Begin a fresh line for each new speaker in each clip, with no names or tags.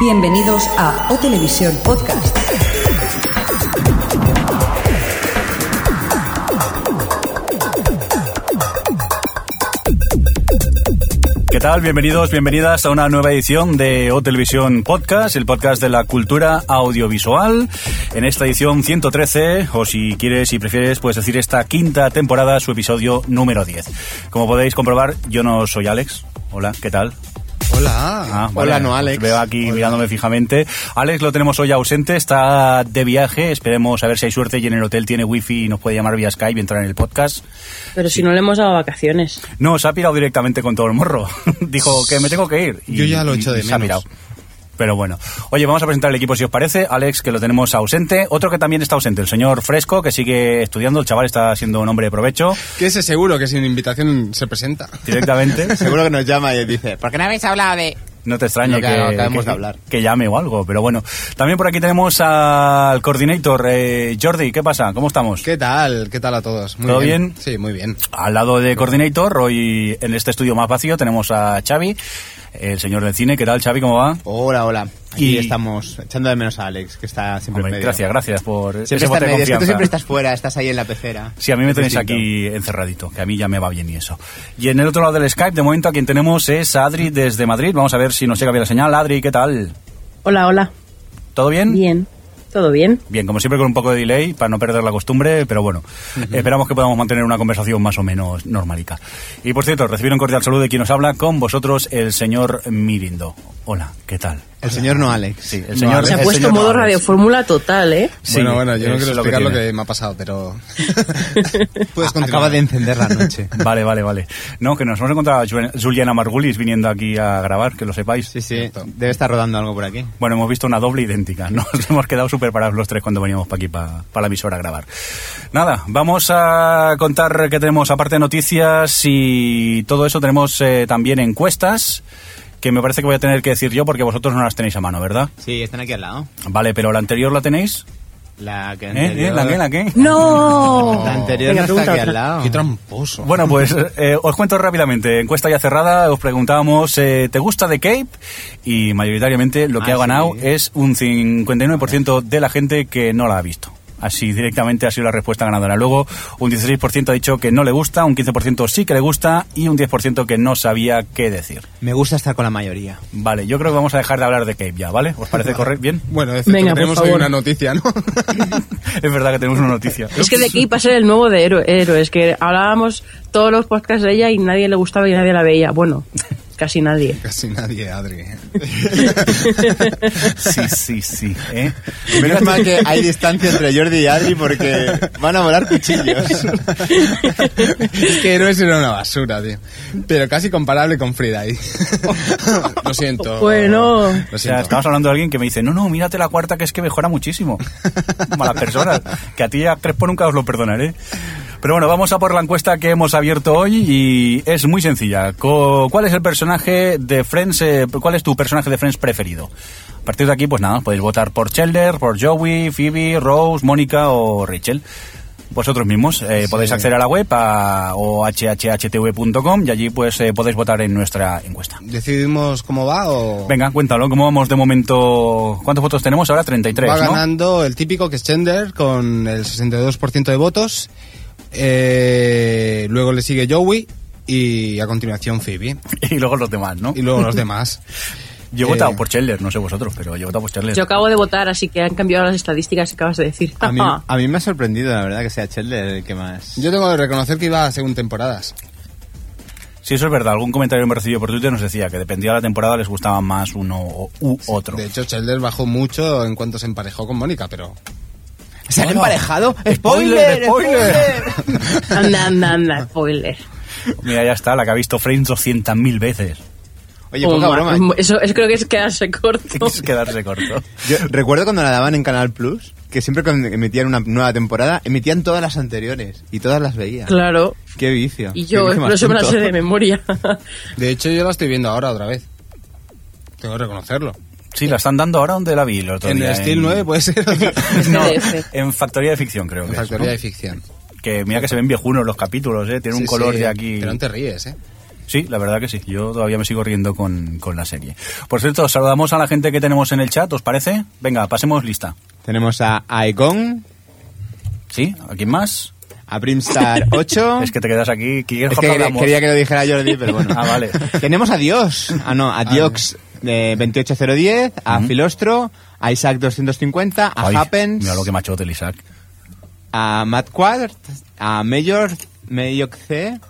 Bienvenidos a O Televisión Podcast.
¿Qué tal? Bienvenidos, bienvenidas a una nueva edición de O Televisión Podcast, el podcast de la cultura audiovisual. En esta edición 113, o si quieres y prefieres, puedes decir esta quinta temporada, su episodio número 10. Como podéis comprobar, yo no soy Alex. Hola, ¿qué tal?
Hola.
Ah, vale.
Hola, no, Alex.
Veo aquí
Hola.
mirándome fijamente. Alex lo tenemos hoy ausente, está de viaje. Esperemos a ver si hay suerte y en el hotel tiene wifi y nos puede llamar vía Skype y entrar en el podcast.
Pero si no le hemos dado vacaciones.
No, se ha pirado directamente con todo el morro. Dijo que me tengo que ir.
Yo ya lo echo de
se ha
menos.
pirado. Pero bueno. Oye, vamos a presentar el equipo si os parece. Alex, que lo tenemos ausente. Otro que también está ausente, el señor Fresco, que sigue estudiando. El chaval está siendo un hombre de provecho.
Que ese seguro que sin invitación se presenta.
Directamente.
Seguro que nos llama y dice, ¿por qué no habéis hablado de...?
No te extrañe
Lo que
que,
acabamos
que-
de hablar.
que llame o algo, pero bueno. También por aquí tenemos al coordinator, eh, Jordi. ¿Qué pasa? ¿Cómo estamos?
¿Qué tal? ¿Qué tal a todos? Muy
¿Todo bien?
Sí, muy bien.
Al lado de coordinator, hoy en este estudio más vacío, tenemos a Xavi, el señor del cine. ¿Qué tal, Xavi? ¿Cómo va?
Hola, hola. Aquí
Y-
estamos echando de menos a Alex, que está siempre
Hombre,
en medio.
gracias, gracias por
Siempre
ese
está
voto
en
de
medio. Es que tú
confianza.
siempre estás fuera, estás ahí en la pecera.
Sí, a mí me
Es
tenéis
distinto.
aquí encerradito, que a mí ya me va bien y eso. Y en el otro lado del Skype, de momento, a quien tenemos es a Adri desde Madrid. Vamos a ver si nos llega bien la señal. Adri, ¿qué tal?
Hola, hola.
¿Todo bien?
Bien. ¿Todo bien?
Bien, como siempre con un poco de delay para no perder la costumbre, pero bueno, esperamos que podamos mantener una conversación más o menos normalica. Y por cierto, recibir un cordial saludo de quien nos habla, con vosotros el señor Mirindo. Hola, ¿qué tal?
El señor no Alex.
Sí, el
No,
señor-
Se ha
el
puesto
señor
modo
Morales.
radiofórmula total, ¿eh?
Sí,
bueno, bueno, yo no
es
quiero
lo que
explicar lo que,
tiene.
me ha pasado, pero...
Alex.
Puedes continuar.
Acaba de encender la noche.
Vale, vale, vale. No, que nos hemos encontrado a Ju- Juliana Margulis viniendo aquí a grabar, que lo sepáis.
Sí, sí. Debe estar rodando algo por aquí.
Bueno, hemos visto una doble idéntica. Nos hemos quedado súper parados los tres cuando veníamos para aquí, para la emisora a grabar. Nada, vamos a contar que tenemos, aparte de noticias y todo eso, tenemos eh, también encuestas, que me parece que voy a tener que decir yo porque vosotros no las tenéis a mano, ¿verdad?
Sí, están aquí al lado.
Vale, pero la anterior la tenéis.
La que
¿Eh?
anterior...
¿Eh? ¿La qué? ¿La qué?
¡No!
La anterior
Oh.
no está
Venga, pregunta
aquí al
otra.
lado.
Qué tramposo.
Bueno, pues eh, os cuento rápidamente. Encuesta ya cerrada, os preguntábamos, eh, ¿te gusta The Cape? Y mayoritariamente lo que
Ah,
ha ganado
sí.
es un 59% de la gente que no la ha visto. Así directamente ha sido la respuesta ganadora. Luego, un 16% ha dicho que no le gusta, un 15% sí que le gusta y un 10% que no sabía qué decir.
Me gusta estar con la mayoría.
Vale, yo creo que vamos a dejar de hablar de Cape ya, ¿vale? ¿Os parece correcto? Bien.
Bueno, excepto que
Venga, por
tenemos hoy
favor.
una noticia, ¿no?
es verdad que tenemos una noticia.
Es que de aquí va a ser el nuevo de héroe- héroes, que hablábamos todos los podcasts de ella y nadie le gustaba y nadie la veía. Bueno, casi nadie.
Casi nadie, Adri.
Sí, sí, sí. ¿eh?
Menos mal que hay distancia entre Jordi y Adri porque van a volar cuchillos.
es que Héroes era una basura, tío. Pero casi comparable con Frida ahí. lo siento.
Bueno.
Lo
O sea,
siento.
estamos hablando de alguien que me dice, no, no, mírate la cuarta que es que mejora muchísimo. Malas personas. Que a ti a Crespo nunca os lo perdonaré. Pero bueno, vamos a por la encuesta que hemos abierto hoy y es muy sencilla. Co- ¿Cuál es el personaje de Friends, eh, cuál es tu personaje de Friends preferido? A partir de aquí, pues nada, podéis votar por Chandler, por Joey, Phoebe, Rose, Mónica o Rachel. Vosotros mismos eh, podéis acceder a la web a ohhhtv.com y allí pues eh, podéis votar en nuestra encuesta.
¿Decidimos cómo va o...?
Venga, cuéntalo, ¿cómo vamos de momento? ¿Cuántos votos tenemos ahora? 33,
Va
¿no?
ganando el típico que es Chender con el 62% de votos. Eh, luego le sigue Joey y a continuación Phoebe.
Y luego los demás, ¿no?
Y luego los demás.
Yo he
Eh,
votado por Scheller, no sé vosotros, pero yo he votado por Scheller.
Yo acabo de votar, así que han cambiado las estadísticas que acabas de decir.
A mí, a mí me ha sorprendido, la verdad, que sea Chelder el que más...
Yo tengo que reconocer que iba según temporadas.
Sí, eso es verdad. Algún comentario que me recibió por Twitter nos decía que dependía de la temporada les gustaba más uno o- u otro.
De hecho, Chelder bajó mucho en cuanto se emparejó con Mónica, pero...
¿Se han
Bueno,
emparejado? ¡Spoiler!
spoiler, spoiler.
spoiler!
Anda, anda, anda, spoiler.
Mira, ya está, la que ha visto Frames 200.000 veces.
Oye, poca
Oh, ma-
broma. eh.
Eso, eso creo que es quedarse corto.
Es quedarse corto.
Yo recuerdo cuando la daban en Canal Plus, que siempre cuando emitían una nueva temporada, emitían todas las anteriores y todas las veía.
Claro.
Qué vicio.
Y
Qué
yo,
vicio
no
más
se me la
tonto.
sé de memoria.
De hecho, yo la estoy viendo ahora otra vez. Tengo que reconocerlo.
Sí, la están dando ahora donde la vi el otro
En
día.
el Steel 9 puede ser.
No,
PDF.
en Factoría de Ficción creo que es,
Factoría
¿no?
de ficción.
Que mira que se ven viejunos los capítulos, ¿eh? Tiene un
Sí,
color
sí,
de aquí...
Pero no te ríes, ¿eh?
Sí, la verdad que sí. Yo todavía me sigo riendo con, con la serie. Por cierto, saludamos a la gente que tenemos en el chat, ¿os parece? Venga, pasemos lista.
Tenemos a Aegon,
¿Sí? ¿A quién más?
a Primstar 8.
Es que te quedas aquí. ¿Qué
Ah. Es que
hablamos?
quería- quería que lo dijera Jordi, pero bueno.
Ah, vale.
Tenemos a Dios. Ah, no, a Diox de 28010, a Filostro, a Isaac 250, a
Ay,
Happens,
Mira lo que machote el Isaac.
a Matt Quadrt, a Mayor, Mayor C,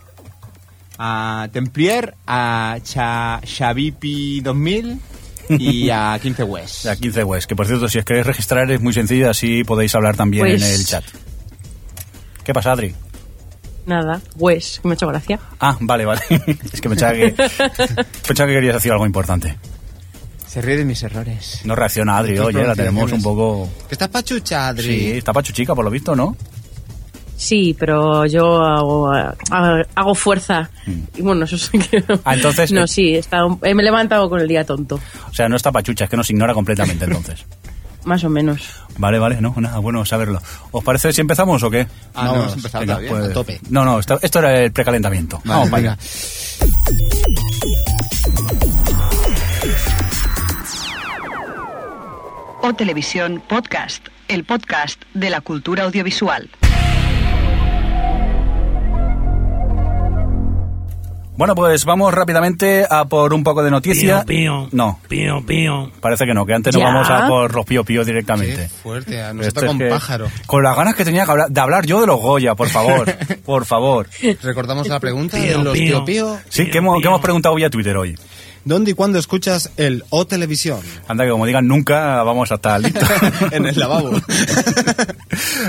a Templier, a Cha, Xavipi 2000 y a 15 West.
La 15 West, que por cierto, si os queréis registrar es muy sencillo, así podéis hablar también
Pues-
en el chat. ¿Qué pasa, Adri?
Nada, pues, que me ha hecho gracia.
Ah, vale, vale. es que pensaba que, pensaba que querías decir algo importante.
Se ríe de mis errores.
No reacciona Adri,
Tus
oye, la tenemos un
pronunciaciones.
poco...
Que estás pachucha, Adri.
Sí, está pachuchica por lo visto, ¿no?
Sí, pero yo hago, ah, ah, hago fuerza. Y bueno, eso sí que. no.
Mm. Ah, entonces-
No, sí, está un- eh, me he levantado con el día tonto,
O sea, no está pachucha, es que nos ignora completamente entonces.
más o menos.
Vale, vale, no, nada, bueno saberlo. ¿Os parece si empezamos o qué?
Ah, no,
Vamos,
hemos empezado
Venga,
todavía.
pues-
a tope.
No, no, esto, esto era el precalentamiento. Vamos,
Vamos,
para
venga.
O Televisión Podcast, el podcast de la cultura audiovisual.
Bueno, pues vamos rápidamente a por un poco de noticia.
Pío, pío.
No,
Pío, pío.
parece que no, que antes no
Ya.
vamos a por los pío pío
Qué
directamente.
fuerte, ah, a
Esto
nosotros
es
con
que-
pájaro.
Con las ganas que tenía que hablar- de hablar yo de los Goya, por favor. por favor.
Recordamos la pregunta de
Pío,
los
pío.
tío pío.
Sí,
Pío,
que hemos, que
pío.
hemos preguntado vía Twitter hoy.
¿Dónde y cuándo escuchas el O Televisión?
Anda, que como digan nunca, vamos a estar listos.
en el lavabo.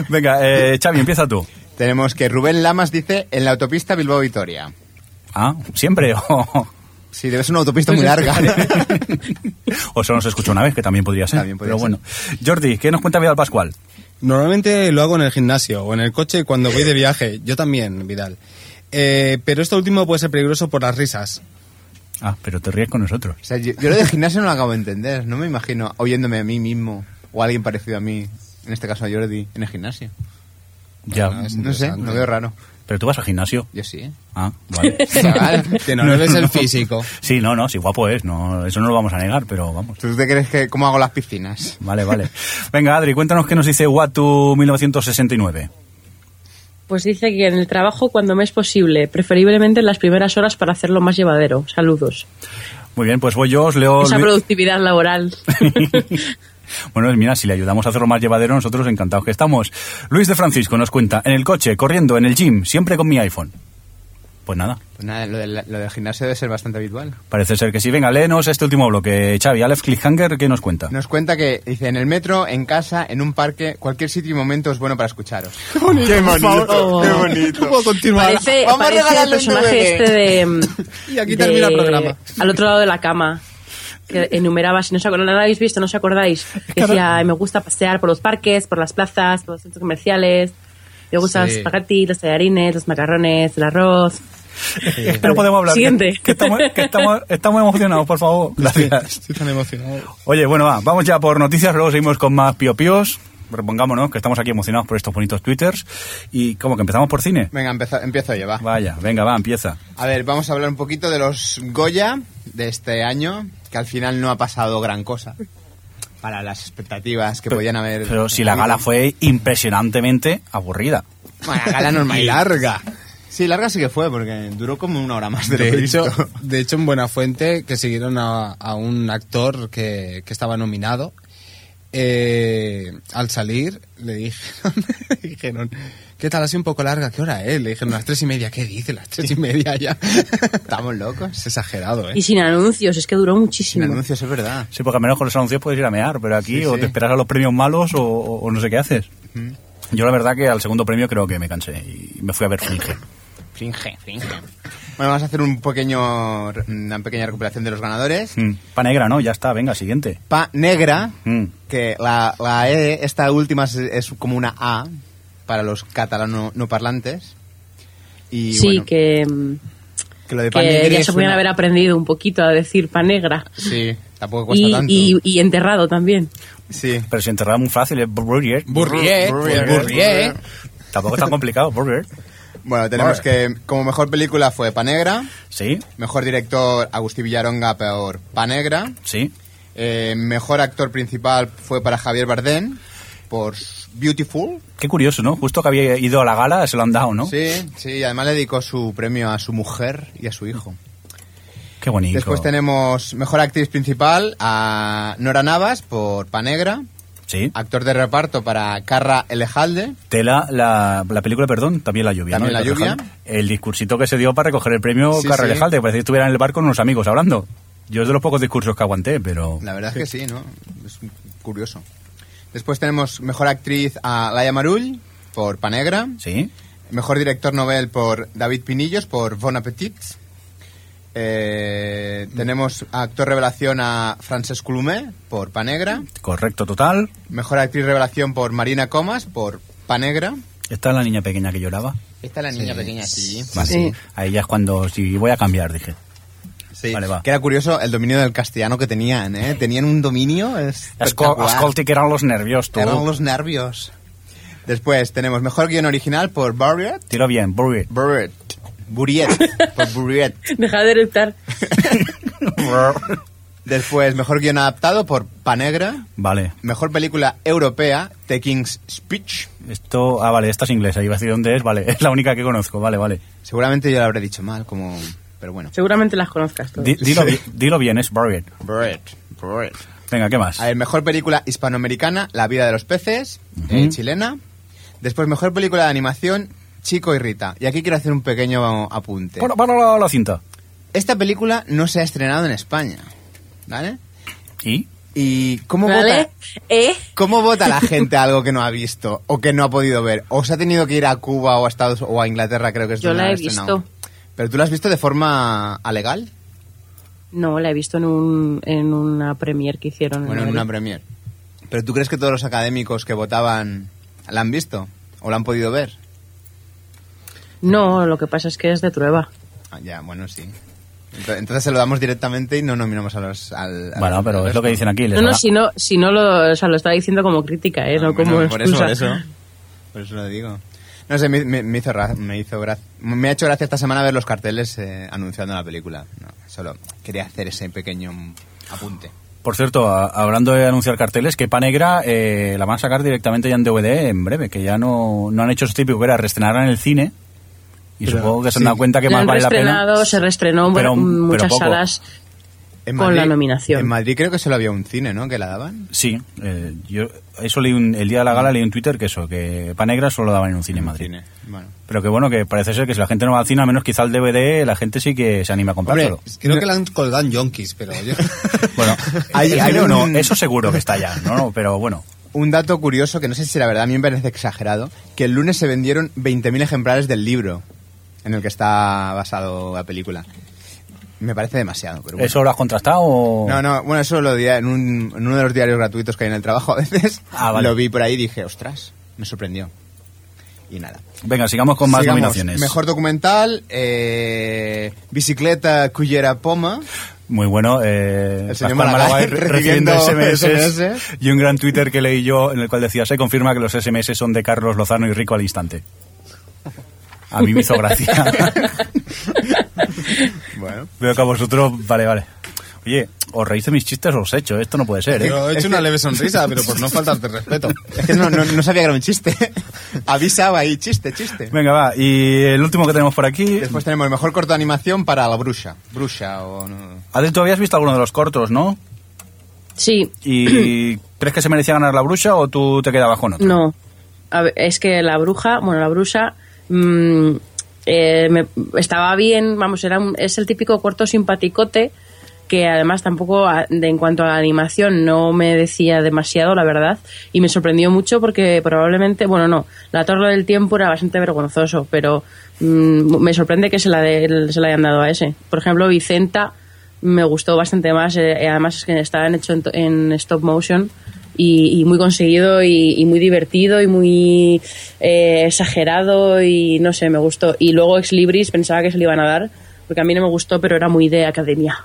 Venga, eh, Xavi, empieza tú.
Tenemos que Rubén Lamas dice en la autopista Bilbao-Vitoria.
Ah, siempre. o-
Sí, debe ser una autopista muy larga.
o solo nos escuchó una vez, que también podría ser.
También podría
Pero bueno. Jordi, ¿qué nos cuenta Vidal Pascual?
Normalmente lo hago en el gimnasio o en el coche cuando voy de viaje. Yo también, Vidal. Eh, pero esto último puede ser peligroso por las risas.
Ah, pero te ríes con nosotros.
O sea, yo, yo lo de gimnasio no lo acabo de entender. No me imagino oyéndome a mí mismo o a alguien parecido a mí, en este caso a Jordi, en el gimnasio.
Ya.
Bueno, es-
No sé,
Interesante.
lo veo raro.
Pero tú vas al gimnasio.
Ah, Yo sí, ¿eh?
Ah, vale.
Chaval,
Que no, le ves el físico.
Sí, no, no, sí, guapo es. No, eso no lo vamos a negar, pero vamos.
¿Tú te crees que cómo hago las piscinas?
Vale, vale. Venga, Adri, cuéntanos qué nos dice Watu 1969.
Pues dice que en el trabajo cuando me es posible, preferiblemente en las primeras horas para hacerlo más llevadero. Saludos.
Muy bien, pues voy yo, os leo...
Esa
Luis-
productividad laboral.
Bueno, mira, si le ayudamos a hacerlo más llevadero, nosotros encantados que estamos. Luis de Francisco nos cuenta, en el coche, corriendo, en el gym, siempre con mi iPhone. Pues nada,
Pues nada, lo, del- lo del gimnasio debe ser bastante habitual.
parece ser que sí. Venga, léenos este último bloque. Xavi, Aleph Cliffhanger, ¿qué nos cuenta?
Nos cuenta que, dice, en el metro, en casa, en un parque, cualquier sitio y momento es bueno para escucharos. ¡Qué bonito! ¡Qué
favor. qué
bonito!
¿Cómo continuar?
Parece,
Vamos a
parece el
regalarle un
personaje
DVD.
este de.
Y aquí termina el programa.
Al otro lado de la cama. Que enumeraba, si no, os acor- no lo habéis visto, no os acordáis. Que decía, me gusta pasear por los parques, por las plazas, por los centros comerciales. Me gustan
Sí.
los espaguetis, los tallarines, los macarrones, el arroz.
No podemos hablar.
Siguiente.
Que, que estamos, que estamos- estamos emocionados, por favor. Gracias.
Estoy tan emocionado.
Oye, bueno, va, vamos ya por noticias, luego seguimos con más piopíos. Repongámonos que estamos aquí emocionados por estos bonitos twitters. Y como que empezamos por cine.
Venga, empeza- empiezo yo, va.
Vaya, venga, va, empieza.
A ver, vamos a hablar un poquito de los Goya de este año, que al final no ha pasado gran cosa para las expectativas que podían haber.
Pero si la gala fue impresionantemente aburrida.
Bueno, la gala normal.
Y larga.
Sí, larga sí que fue, porque duró como una hora más de, lo
De hecho,
previsto.
de hecho, en Buenafuente, que siguieron a, a un actor que, que estaba nominado, eh, al salir le dijeron, le dijeron, ¿qué tal? Así un poco larga, ¿qué hora es? Le dijeron, las tres y media, ¿qué dice? Las tres y media ya.
Estamos locos.
Es exagerado, ¿eh?
Y sin anuncios, es que duró
Sin
muchísimo.
anuncios, es verdad.
Sí, porque al menos con los anuncios puedes ir a mear, pero aquí
Sí,
o
sí.
te esperas a los premios malos o, o- o no sé qué haces. Yo la verdad que al segundo premio creo que me cansé y me fui a ver Finge.
Fringe, fringe. Bueno, vamos a hacer un pequeño, una pequeña recuperación de los ganadores.
Mm. Pa negra, ¿no? Ya está, venga, siguiente.
Pa negra,
Mm.
que la, la E, esta última es, es como una A para los catalano no parlantes. Y
Sí,
bueno,
que, mm,
que lo de pan
que
negre
ya
es
se podían
una-
haber aprendido un poquito a decir panegra.
Sí, tampoco cuesta
Y,
tanto.
y, y enterrado también.
Sí.
Pero si enterraba muy fácil, es Burger.
Burrier,
Burrier.
Burrier.
Tampoco es tan complicado, Burger.
Bueno, tenemos
Vale.
que como mejor película fue Panegra,
Sí,
mejor director Agustí Villaronga por Panegra,
sí.
eh, mejor actor principal fue para Javier Bardem por Beautiful.
Qué curioso, ¿no? Justo que había ido a la gala, se lo han dado, ¿no?
Sí, sí, además le dedicó su premio a su mujer y a su hijo.
Qué bonito.
Después tenemos mejor actriz principal a Nora Navas por Panegra,
Sí.
actor de reparto para Carra Elejalde.
Tela, la, la película, perdón, también la lluvia.
También
¿no?
La lluvia.
El discursito que se dio para recoger el premio
Sí,
Carrelejalde,
sí.
que parecía que estuviera en el barco con unos amigos hablando. Yo es de los pocos discursos que aguanté, pero...
La verdad es que sí, ¿no? Es curioso. Después tenemos mejor actriz a Laia Marull por Panegra.
Sí,
Mejor director novel por David Pinillos por Bon Appetit. Eh,
Mm.
tenemos actor revelación a Francesc Colomer por Panegra.
correcto, total.
Mejor actriz revelación por Marina Comas por Panegra.
Esta es la niña pequeña que lloraba.
Esta es la niña pequeña, sí.
Vale.
Sí.
Ahí ya es cuando, sí, voy a cambiar, dije. Vale, va.
Que era curioso el dominio del castellano que tenían, ¿eh? Tenían un dominio
Asco-
espectacular.
Ascolti que eran los nervios, tú.
Eran los nervios. Después tenemos mejor guión original por Barriott.
Tiro bien, Burger.
Buriet. Buriet. Por Buriet.
Deja de eructar.
Después, mejor guión adaptado por Panegra.
vale.
Mejor película europea, The King's Speech.
Esto, ah, vale, esta es inglesa, iba a decir dónde es, vale, es la única que conozco, vale, vale.
Seguramente yo lo habré dicho mal, como... Pero bueno.
Seguramente las conozcas todas.
Di- dilo,
Sí.
bi- dilo bien, es Burger.
Buriet. Buriet.
Venga, ¿qué más?
A ver, mejor película hispanoamericana, La vida de los peces, eh, chilena. Después, mejor película de animación, Chico y Rita. Y aquí quiero hacer un pequeño apunte.
Para, para la, la cinta.
Esta película no se ha estrenado en España, ¿vale?
¿Y?
¿Y cómo
¿Vale?
vota?
¿Eh?
¿Cómo vota la gente algo que no ha visto o que no ha podido ver? ¿O se ha tenido que ir a Cuba o a Estados o a Inglaterra, creo que es
Yo la
donde la
he
han estrenado?
visto.
¿Pero tú la has visto de forma alegal?
No, la he visto en, un, en una premiere que hicieron.
Bueno, en una
Madrid.
premier. ¿Pero tú crees que todos los académicos que votaban la han visto o la han podido ver?
No, lo que pasa es que es de Trueba.
Ah, ya, bueno, sí. Ento- Entonces se lo damos directamente y no nominamos a los... Al, al-
Bueno, pero es lo que dicen aquí. les
No, no,
hará-
si no, si no lo, o sea, lo estaba diciendo como crítica, ¿eh?
Ah,
No
bueno,
como
por eso, por eso.
excusa.
Por eso lo digo. No sé, me, me- me hizo ra- me hizo gra- me ha hecho gracia esta semana ver los carteles eh, anunciando la película. No, solo quería hacer ese pequeño mm, apunte.
Por cierto, a- hablando de anunciar carteles, que Panegra eh, la van a sacar directamente ya en DVD en breve, que ya no, no han hecho su típico, que era reestrenarla en el cine. Y
Pero,
supongo que se
sí.
han dado cuenta que
La
más
han
vale la pena.
reestrenado, se reestrenó en
Pero- pero
muchas
poco.
salas.
En
Con la nominación.
En Madrid creo que solo había un cine, ¿no? Que la daban.
Sí, eh, yo eso leí un- el día de la gala leí en Twitter que eso, que Panegra solo lo daban en un cine en Madrid.
Cine, Bueno.
Pero que bueno, que parece ser que si la gente no va al cine, al menos quizá el DVD, la gente sí que se anima a
Hombre,
comprarlo.
creo que la han colgado en Yonkis, pero yo...
bueno,
hay- hay
pero no,
un-
eso seguro que está ya, no, no, pero bueno.
Un dato curioso que no sé si la verdad a mí me parece exagerado, que el lunes se vendieron 20.000 ejemplares del libro en el que está basado la película. Me parece demasiado, pero bueno.
¿Eso lo has contrastado o...?
No, no, bueno, eso lo di en, un- en uno de los diarios gratuitos que hay en el trabajo a veces.
Ah, vale.
Lo vi por ahí y dije, ostras, me sorprendió. Y nada.
Venga, sigamos con más
Sigamos.
nominaciones.
Mejor documental, eh, Bicicleta Cullera Poma.
Muy bueno. Eh,
El señor
Pascual
Maragall
Maragall re- recibiendo
recibiendo
SMS,
SMS.
y un gran Twitter que leí yo en el cual decía, se confirma que los SMS son de Carlos Lozano y Rico al instante. A mí me hizo gracia.
Bueno.
Veo que a vosotros... Vale, vale. Oye, os reís de mis chistes o os echo. Esto no puede ser, ¿eh?
Yo he hecho una leve sonrisa, pero por no faltarte respeto.
Es que no, no- no sabía que era un chiste. Avisaba ahí, chiste, chiste.
Venga, va. Y el último que tenemos por aquí...
Después tenemos el mejor corto de animación para la bruja. Bruja o no.
Adel, tú habías visto alguno de los cortos, ¿no?
Sí,
¿Y crees que se merecía ganar la bruja o tú te quedabas con otro?
no. A ver, es que la bruja, bueno, la bruja mm, eh, me- estaba bien, vamos, era un- es el típico corto simpaticote que además tampoco a- de- en cuanto a la animación no me decía demasiado, la verdad, y me sorprendió mucho porque probablemente, bueno, no, la torre del tiempo era bastante vergonzoso, pero mm, me sorprende que se la, de- se la hayan dado a ese. Por ejemplo, Vicenta me gustó bastante más, eh, además es que estaban hecho en, to- en stop motion y, y muy conseguido y, y muy divertido y muy eh, exagerado y no sé, me gustó. Y luego Ex Libris pensaba que se le iban a dar, porque a mí no me gustó, pero era muy de academia.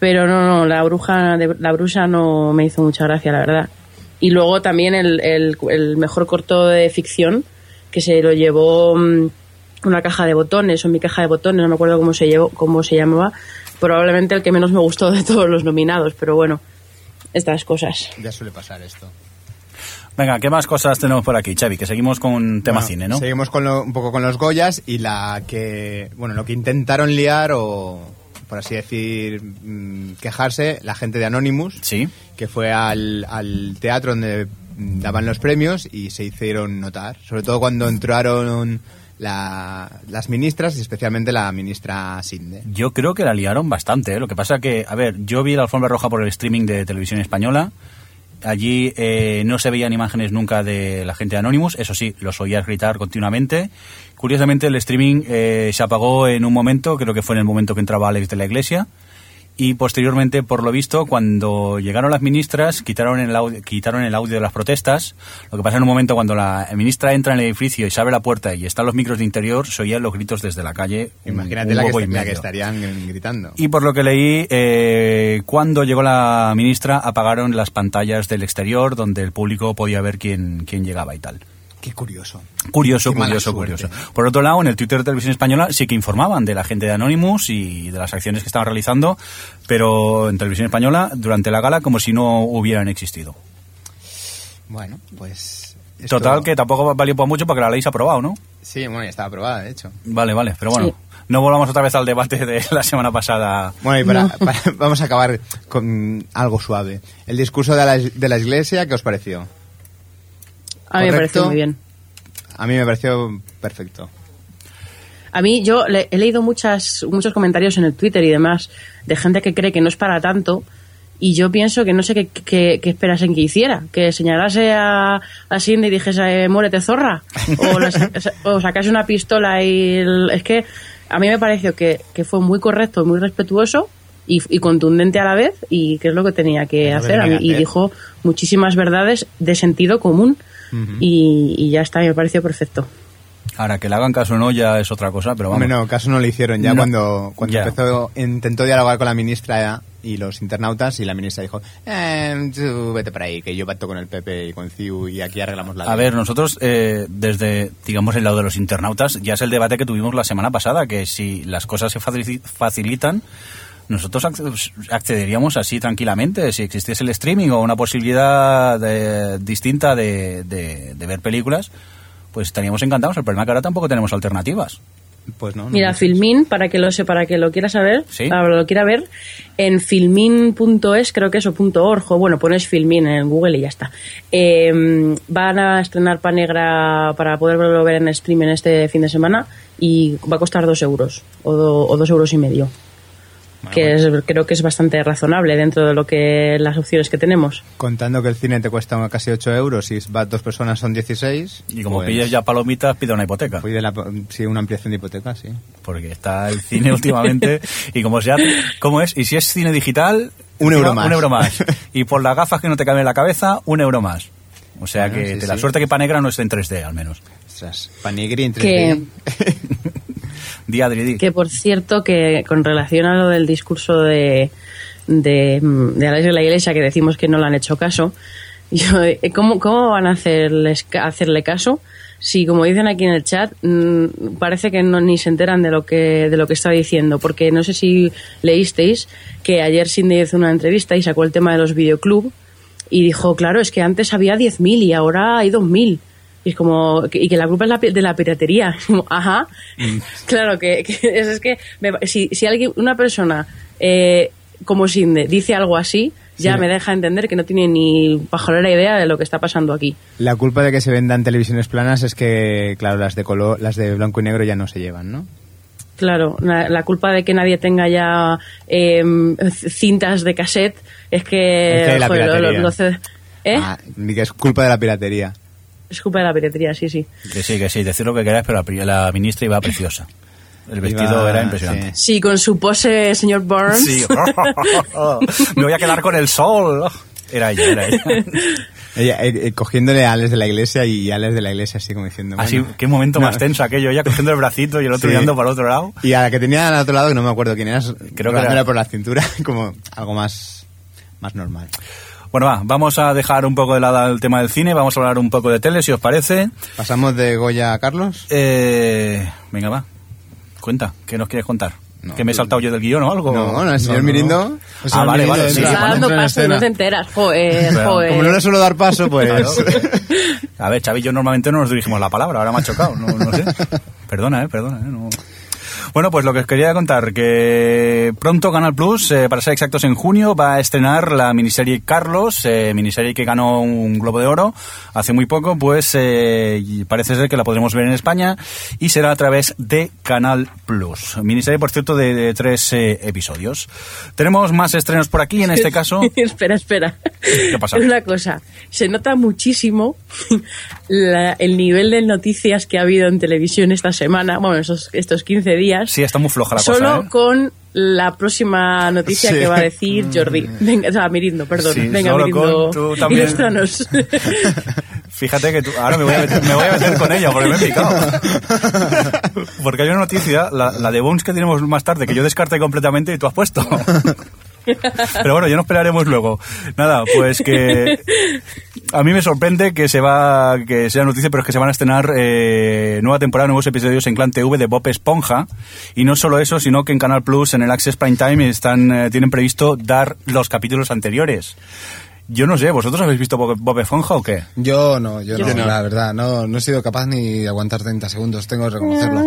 Pero no, no, la bruja, de- la bruja no me hizo mucha gracia, la verdad. Y luego también el, el- el mejor corto de ficción que se lo llevó mm, una caja de botones o mi caja de botones, no me acuerdo cómo se, llevó, cómo se llamaba. Probablemente el que menos me gustó de todos los nominados, pero bueno, estas cosas.
Ya suele pasar esto.
Venga, ¿qué más cosas tenemos por aquí, Xavi? Que seguimos con tema
Bueno,
cine, ¿no?
Seguimos con lo- un poco con los Goyas y la que, bueno, lo que intentaron liar o, por así decir, mm, quejarse, la gente de Anonymous,
Sí.
que fue al, al teatro donde mm, daban los premios y se hicieron notar, sobre todo cuando entraron la- las ministras y especialmente la ministra Sinde.
Yo creo que la liaron bastante. ¿eh? Lo que pasa que, a ver, yo vi la alfombra roja por el streaming de televisión española. Allí eh, no se veían imágenes nunca de la gente de Anonymous. Eso sí, los oías gritar continuamente. Curiosamente, el streaming eh, se apagó en un momento, creo que fue en el momento que entraba Alex de la iglesia. Y posteriormente, por lo visto, cuando llegaron las ministras, quitaron el audio, quitaron el audio de las protestas. Lo que pasa en un momento cuando la ministra entra en el edificio y se abre la puerta y están los micros de interior, se oían los gritos desde la calle. un-
Imagínate
un
la que,
huevo y
est- la que
medio.
estarían gritando.
Y por lo que leí, eh, cuando llegó la ministra, apagaron las pantallas del exterior donde el público podía ver quién, quién llegaba y tal.
Qué curioso.
Curioso,
Qué mala
curioso,
suerte.
curioso. Por otro lado, en el Twitter de Televisión Española sí que informaban de la gente de Anonymous y de las acciones que estaban realizando, pero en Televisión Española, durante la gala, como si no hubieran existido.
Bueno, pues... esto-
Total, que tampoco valió para mucho porque la ley se ha aprobado, ¿no?
Sí, bueno, ya estaba aprobada, de hecho.
Vale, vale, pero bueno,
Sí.
no volvamos otra vez al debate de la semana pasada.
Bueno, y para, para- vamos a acabar con algo suave. El discurso de la, de la iglesia, ¿qué os pareció?
A mí me
Correcto.
pareció muy bien.
A mí me pareció perfecto.
A mí yo le- he leído muchas, muchos comentarios en el Twitter y demás de gente que cree que no es para tanto y yo pienso que no sé qué, qué, qué esperasen que hiciera, que señalase a, a Cindy y dijese eh, muérete zorra o, la sa- o sacase una pistola y el- es que a mí me pareció que, que fue muy correcto, muy respetuoso y, y contundente a la vez y que es lo que tenía que
Es lo que
hacer A mí-
tenía que
y
hacer.
dijo muchísimas verdades de sentido común y, y ya está, me pareció perfecto.
Ahora, que le hagan caso o no ya es otra cosa, pero vamos.
Hombre, no, caso no lo hicieron ya
No.
cuando, cuando
Ya.
empezó, intentó dialogar con la ministra y los internautas y la ministra dijo, eh, tú vete para ahí, que yo pacto con el PP y con CIU y aquí arreglamos la...
A ver, nosotros eh, desde, digamos, el lado de los internautas, ya es el debate que tuvimos la semana pasada, que si las cosas se facili- facilitan, nosotros ac- pues, accederíamos así tranquilamente, si existiese el streaming o una posibilidad eh, distinta de, de- de ver películas, pues estaríamos encantados. El problema es que ahora tampoco tenemos alternativas.
Pues no. no
Mira,
mucho.
Filmin, para que lo sé, para que lo quiera saber,
Sí.
para que lo quiera ver, en filmin.es, creo que es, o punto .org, o bueno, pones Filmin en Google y ya está. Eh, van a estrenar Panegra para poderlo ver en stream en este fin de semana y va a costar dos euros, o, do- o dos euros y medio. que es- creo que es bastante razonable dentro de lo que las opciones que tenemos.
Contando que el cine te cuesta casi 8 euros y vas dos personas son 16.
Y como
pues,
pillas ya palomitas, pide una hipoteca.
pide la- sí, una ampliación de hipoteca, sí.
Porque está el cine últimamente y como sea, ¿cómo es? Y si es cine digital,
Un euro más.
Un euro más. Y por las gafas que no te cambien la cabeza, un euro más. O sea
Bueno,
que
sí,
de la
sí.
suerte que Panegra no esté en 3D al menos.
Ostras, panigri en 3D.
Que-
Día Adri, di.
Que por cierto, que con relación a lo del discurso de, de, mm, de Alex de la Iglesia, que decimos que no le han hecho caso, yo, eh, ¿cómo, cómo van a hacerles, ca- hacerle caso? Si, como dicen aquí en el chat, mm, parece que no, ni se enteran de lo que de lo que está diciendo, porque no sé si leísteis que ayer Cindy hizo una entrevista y sacó el tema de los videoclub y dijo, claro, es que antes había 10.000 y ahora hay 2.000. Y es como, que- y que la culpa es la pi- de la piratería. Es como, Ajá.
Mm.
Claro, que, que es, es que me pa- si, si alguien, una persona eh, como Sinde dice algo así, ya
Sí.
me deja entender que no tiene ni pajolera idea de lo que está pasando aquí.
La culpa de que se vendan televisiones planas es que, claro, las de color, las de blanco y negro ya no se llevan, ¿no?
Claro, la, la culpa de que nadie tenga ya em, c- cintas de cassette es que...
Es de la
joder, lo- lo-
piratería.
lo hace- ¿Eh?
Ah, ni que es culpa de la piratería.
Es culpa de la piratería, sí, sí.
Que sí, que sí, decir lo que queráis, pero la, pri- la ministra iba preciosa. El vestido
Iba-
era impresionante.
Sí, con su pose, señor Burns.
Sí. me voy a quedar con el sol. Era ella, era ella.
sí. Ella, eh, eh, cogiéndole a Alex de la iglesia y Alex de la iglesia así como diciendo.
Así,
bueno.
qué momento más
No.
tenso aquello, ella cogiendo el bracito y el otro
Sí.
mirando para el otro lado.
Y a la que tenía al otro lado, que no me acuerdo quién era, creo que
era-
por la cintura, como algo más, más normal.
Bueno, va, vamos a dejar un poco de lado el tema del cine, vamos a hablar un poco de tele, si os parece.
¿Pasamos de Goya a Carlos?
Eh, venga, va. Cuenta, ¿qué nos quieres contar?
No, eh,
¿Que me he saltado yo del guión o algo?
No, no, el señor
no. Ah,
Mirindo. el señor
vale,
Mirindo
vale, sí,
Se
entra-
está dando
entra en
paso y no
escena.
te enteras. Joder,
Claro.
joder.
Como no le suelo dar paso, pues.
A ver, Xavi y yo normalmente no nos dirigimos la palabra, ahora me ha chocado, no, no sé. Perdona, eh, perdona. eh, no. Bueno, pues lo que os quería contar, que pronto Canal Plus, eh, para ser exactos en junio, va a estrenar la miniserie Carlos, eh, miniserie que ganó un Globo de Oro hace muy poco, pues eh, y parece ser que la podremos ver en España y será a través de Canal Plus. Miniserie, por cierto, de, de tres eh, episodios. Tenemos más estrenos por aquí, en este caso...
espera, espera.
¿Qué pasa?
Una cosa. Se nota muchísimo la- el nivel de noticias que ha habido en televisión esta semana, bueno, esos, estos 15 días.
Sí, está muy floja la
solo
cosa. ¿eh?
con la próxima noticia
Sí.
que va a decir Jordi. Venga, o sea, Mirindo, perdón.
Mm. Sí,
Venga,
solo
Mirindo.
con tú también.
ilústranos.
Fíjate que tú- ahora me voy, a meter, me voy a meter con ella porque me he picado. Porque hay una noticia, la, la de Bones que tenemos más tarde, que yo descarté completamente y tú has puesto. Pero bueno, ya nos pelearemos luego. Nada, pues que a mí me sorprende que se va que sea noticia, pero es que se van a estrenar eh, nueva temporada, nuevos episodios en Clan TV de Bob Esponja. Y no solo eso, sino que en Canal Plus, en el Access Prime Time, están, eh, tienen previsto dar los capítulos anteriores. Yo no sé, ¿vosotros habéis visto Bob Bob Esponja o qué?
Yo no, yo,
Yo
no,
no.
la verdad. No, no he sido capaz ni de aguantar 30 segundos, tengo que reconocerlo.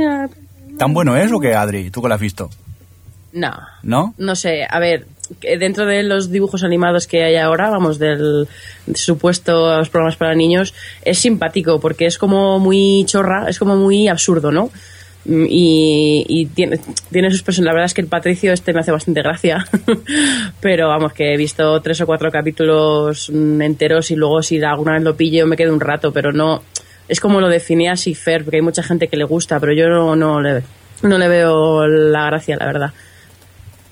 ¿Tan bueno es o qué, Adri? ¿Tú que la has visto?
no.
¿No?
No sé, a ver, que dentro de los dibujos animados que hay ahora, vamos, del supuesto los programas para niños, es simpático porque es como muy chorra, es como muy absurdo, ¿no? Mm, Y, y tiene, tiene sus personas. La verdad es que el Patricio este me hace bastante gracia, pero vamos, que he visto tres o cuatro capítulos mm, enteros y luego si alguna vez lo pillo me quedo un rato, pero no. Es como lo definía Sifer, porque hay mucha gente que le gusta, pero yo no, no, le, no le veo la gracia, la verdad.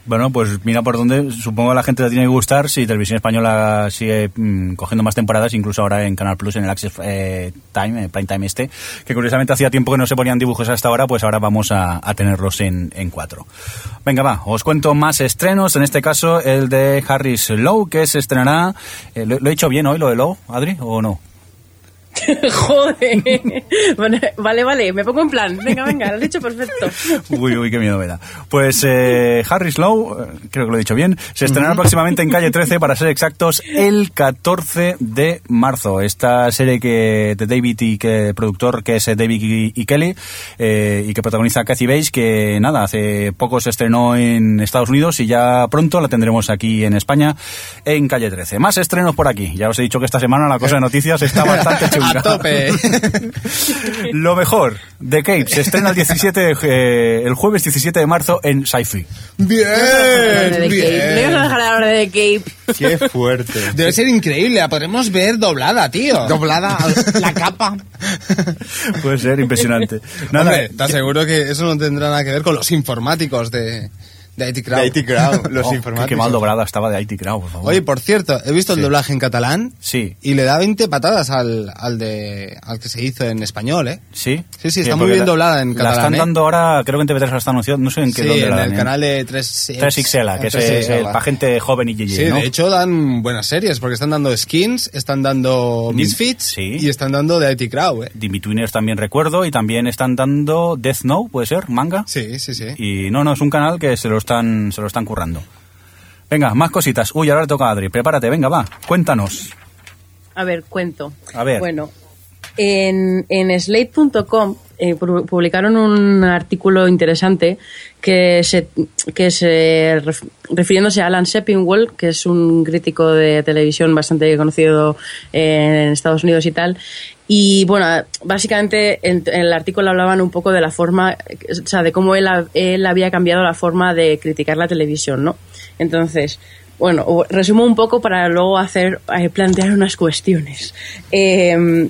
Bueno, pues mira por dónde. Supongo que a la gente le tiene que gustar si Televisión Española sigue mm, cogiendo más temporadas, incluso ahora en Canal Plus, en el Access eh, Time, eh, Prime Time este, que curiosamente hacía tiempo que no se ponían dibujos hasta ahora, pues ahora vamos a, a tenerlos en, en cuatro. Venga, va, os cuento más estrenos, en este caso el de Harris Lowe, que se estrenará... eh, ¿lo, lo he hecho bien hoy, lo de Lowe, Adri, o no?
Joder. Bueno, vale, vale, me pongo en plan. Venga, venga, lo has dicho perfecto.
Uy, uy, qué miedo me da. Pues eh, Harry Slow, eh, creo que lo he dicho bien, se estrenará próximamente en Calle 13, para ser exactos, el 14 de marzo. Esta serie que de David y que productor, que es eh, David y, y Kelly, eh, y que protagoniza Kathy Bates, que nada, hace poco se estrenó en Estados Unidos y ya pronto la tendremos aquí en España, en Calle 13. Más estrenos por aquí. Ya os he dicho que esta semana la cosa de noticias está bastante chunga.
¡A tope!
Lo mejor de Cape se estrena el 17 de ju- eh, el jueves 17 de marzo en Sci-Fi.
¡Bien!
No ibas a
¡Bien!
dejar hablar de Cape.
Qué fuerte.
Debe ser increíble, la podremos ver doblada, tío.
Doblada la capa.
Puede ser impresionante. Nada,
Hombre, te aseguro que eso no tendrá nada que ver con los informáticos de, de IT Crowd.
De IT Crowd, los
oh, qué-
informáticos.
Qué mal doblada estaba de IT Crowd, por favor.
Oye, por cierto, he visto
Sí.
el doblaje en catalán
Sí.
y le da 20 patadas al, al, de, al que se hizo en español, ¿eh?
Sí,
Sí, sí, está
porque
muy bien
la-
doblada en
La
catalán,
están
¿eh?
dando ahora, creo que en TV3 la están anunciando, no sé en qué
sí,
dónde
en
la
el
dan, ¿eh?
canal de 3
3XL, que es eh, el, para gente joven y
Sí,
yeye, ¿no?
de hecho dan buenas series, porque están dando Skins, están dando
Mm,
Misfits
sí.
y están dando The IT Crowd, ¿eh?
The Betweeners también recuerdo y también están dando Death Note, puede ser, manga.
Sí, sí, sí.
Y no, no, es un canal que se lo están, se lo están currando. Venga, más cositas. Uy, ahora le toca a Adri. Prepárate, venga, va. Cuéntanos.
A ver, cuento.
A ver.
Bueno, en, en slate.com eh, pu- publicaron un artículo interesante que se, que se ref- refiriéndose a Alan Sepinwall, que es un crítico de televisión bastante conocido en Estados Unidos y tal. Y bueno, básicamente en, en el artículo hablaban un poco de la forma, o sea, de cómo él, ha- él había cambiado la forma de criticar la televisión, ¿no? Entonces, bueno, o- resumo un poco para luego hacer eh, plantear unas cuestiones. Em, Eh,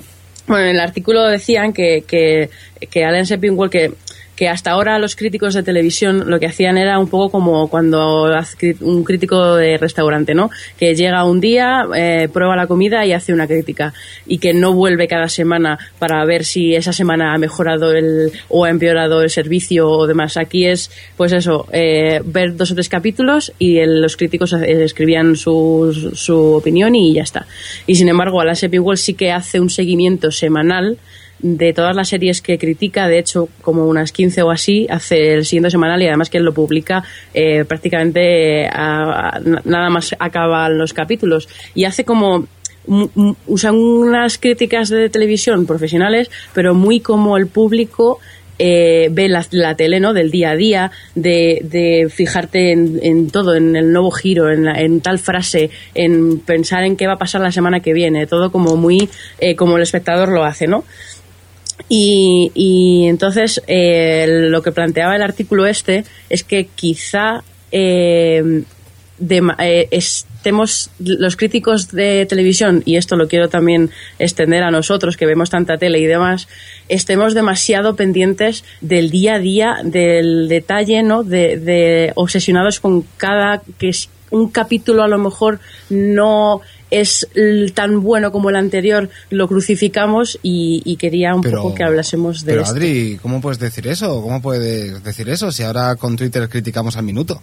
bueno, en el artículo decían que, que, que Alan Sepinwall, que que hasta ahora los críticos de televisión lo que hacían era un poco como cuando haz cri- un crítico de restaurante, ¿no? Que llega un día, eh, prueba la comida y hace una crítica y que no vuelve cada semana para ver si esa semana ha mejorado el o ha empeorado el servicio o demás. Aquí es, pues eso, eh, ver dos o tres capítulos y el- los críticos eh, escribían su, su opinión y ya está. Y sin embargo, a la World sí que hace un seguimiento semanal de todas las series que critica, de hecho, como unas 15 o así, hace el siguiente semanal y además que él lo publica eh, prácticamente a- a- na- nada más acaban los capítulos. Y hace como. mu- mu- usan unas críticas de televisión profesionales, pero muy como el público. eh, ve la, la tele ¿no? del día a día, de, de fijarte en, en todo, en el nuevo giro, en, la- en tal frase, en pensar en qué va a pasar la semana que viene, todo como muy eh, como el espectador lo hace, ¿no? Y, y entonces eh, lo que planteaba el artículo este es que quizá eh, dema- eh, estemos los críticos de televisión, y esto lo quiero también extender a nosotros que vemos tanta tele y demás, estemos demasiado pendientes del día a día, del detalle, ¿no? De, de obsesionados con cada que es un capítulo a lo mejor no es l- tan bueno como el anterior, lo crucificamos y, y quería un poco que hablásemos de
pero
esto.
Adri, ¿cómo puedes decir eso? ¿Cómo puedes decir eso si ahora con Twitter criticamos al minuto?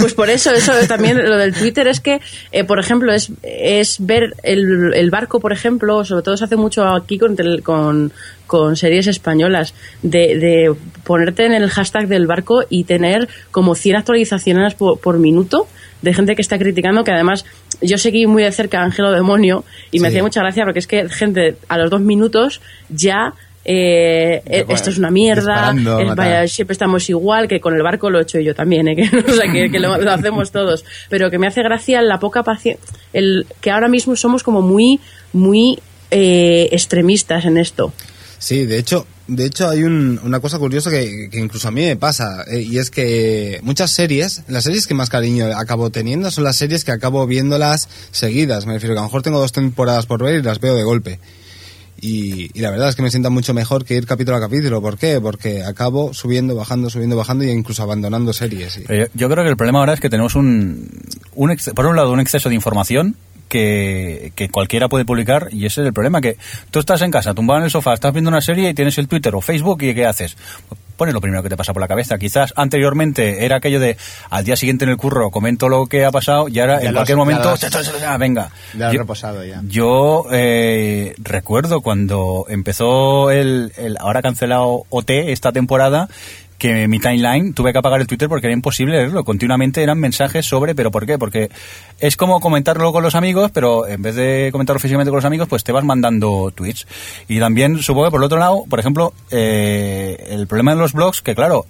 Pues por eso, eso también lo del Twitter es que, eh, por ejemplo, es, es ver el, el barco, por ejemplo, sobre todo se hace mucho aquí con, tel- con, con series españolas, de, de ponerte en el hashtag del barco y tener como 100 actualizaciones por, por minuto de gente que está criticando, que además yo seguí muy de cerca a Ángelo Demonio y me
Sí.
hacía mucha gracia porque es que gente a los dos minutos ya... eh, eh, esto es una mierda,
Disparando,
es-
matar.
vaya, siempre estamos igual, que con el barco lo he hecho yo también, ¿eh? que, o sea, que, que lo, lo hacemos todos. Pero que me hace gracia la poca paciencia, el que ahora mismo somos como muy, muy eh, extremistas en esto.
Sí, de hecho, de hecho hay un- una cosa curiosa que, que incluso a mí me pasa, eh, y es que muchas series, las series que más cariño acabo teniendo son las series que acabo viéndolas seguidas. Me refiero que a lo mejor tengo dos temporadas por ver y las veo de golpe. Y, y la verdad es que me sienta mucho mejor que ir capítulo a capítulo. ¿Por qué? Porque acabo subiendo, bajando, subiendo, bajando e incluso abandonando series. Y-
Pero Eh, yo- yo creo que el problema ahora es que tenemos un, un ex- por un lado un exceso de información que, que cualquiera puede publicar y ese es el problema que tú estás en casa tumbado en el sofá estás viendo una serie y tienes el Twitter o Facebook y qué haces pones lo primero que te pasa por la cabeza quizás anteriormente era aquello de al día siguiente en el curro comento lo que ha pasado y ahora
Ya
en
lo has-
cualquier
ya
momento
lo has-
ah, venga
Ya has
Yo-
reposado ya.
yo eh, recuerdo cuando empezó el, el ahora cancelado OT esta temporada que mi timeline tuve que apagar el Twitter porque era imposible leerlo. Continuamente eran mensajes sobre, pero ¿por qué? Porque es como comentarlo con los amigos, pero en vez de comentarlo físicamente con los amigos, pues te vas mandando tweets. Y también supongo que por el otro lado, por ejemplo, eh, el problema de los blogs, que claro,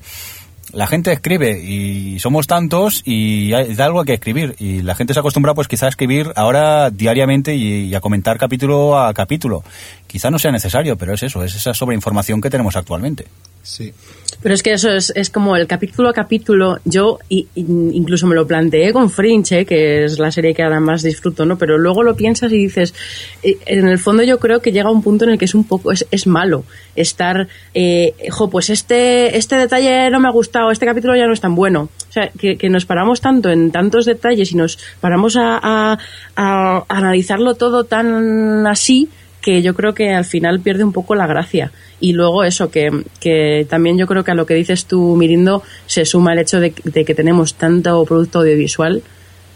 la gente escribe y somos tantos y hay da algo que escribir y la gente se acostumbra pues quizá a escribir ahora diariamente y, y a comentar capítulo a capítulo. Quizá no sea necesario, pero es eso, es esa sobreinformación que tenemos actualmente.
Sí.
Pero es que eso es, es como el capítulo a capítulo. Yo i- in- incluso me lo planteé con Fringe, eh, que es la serie que ahora más disfruto, ¿no? Pero luego lo piensas y dices, eh, en el fondo yo creo que llega un punto en el que es un poco, es, es malo estar, eh, jo, pues este, este detalle no me ha gustado, este capítulo ya no es tan bueno. O sea, que, que nos paramos tanto en tantos detalles y nos paramos a, a- a analizarlo todo tan así que yo creo que al final pierde un poco la gracia. Y luego eso, que, que también yo creo que a lo que dices tú, Mirindo, se suma el hecho de, de que tenemos tanto producto audiovisual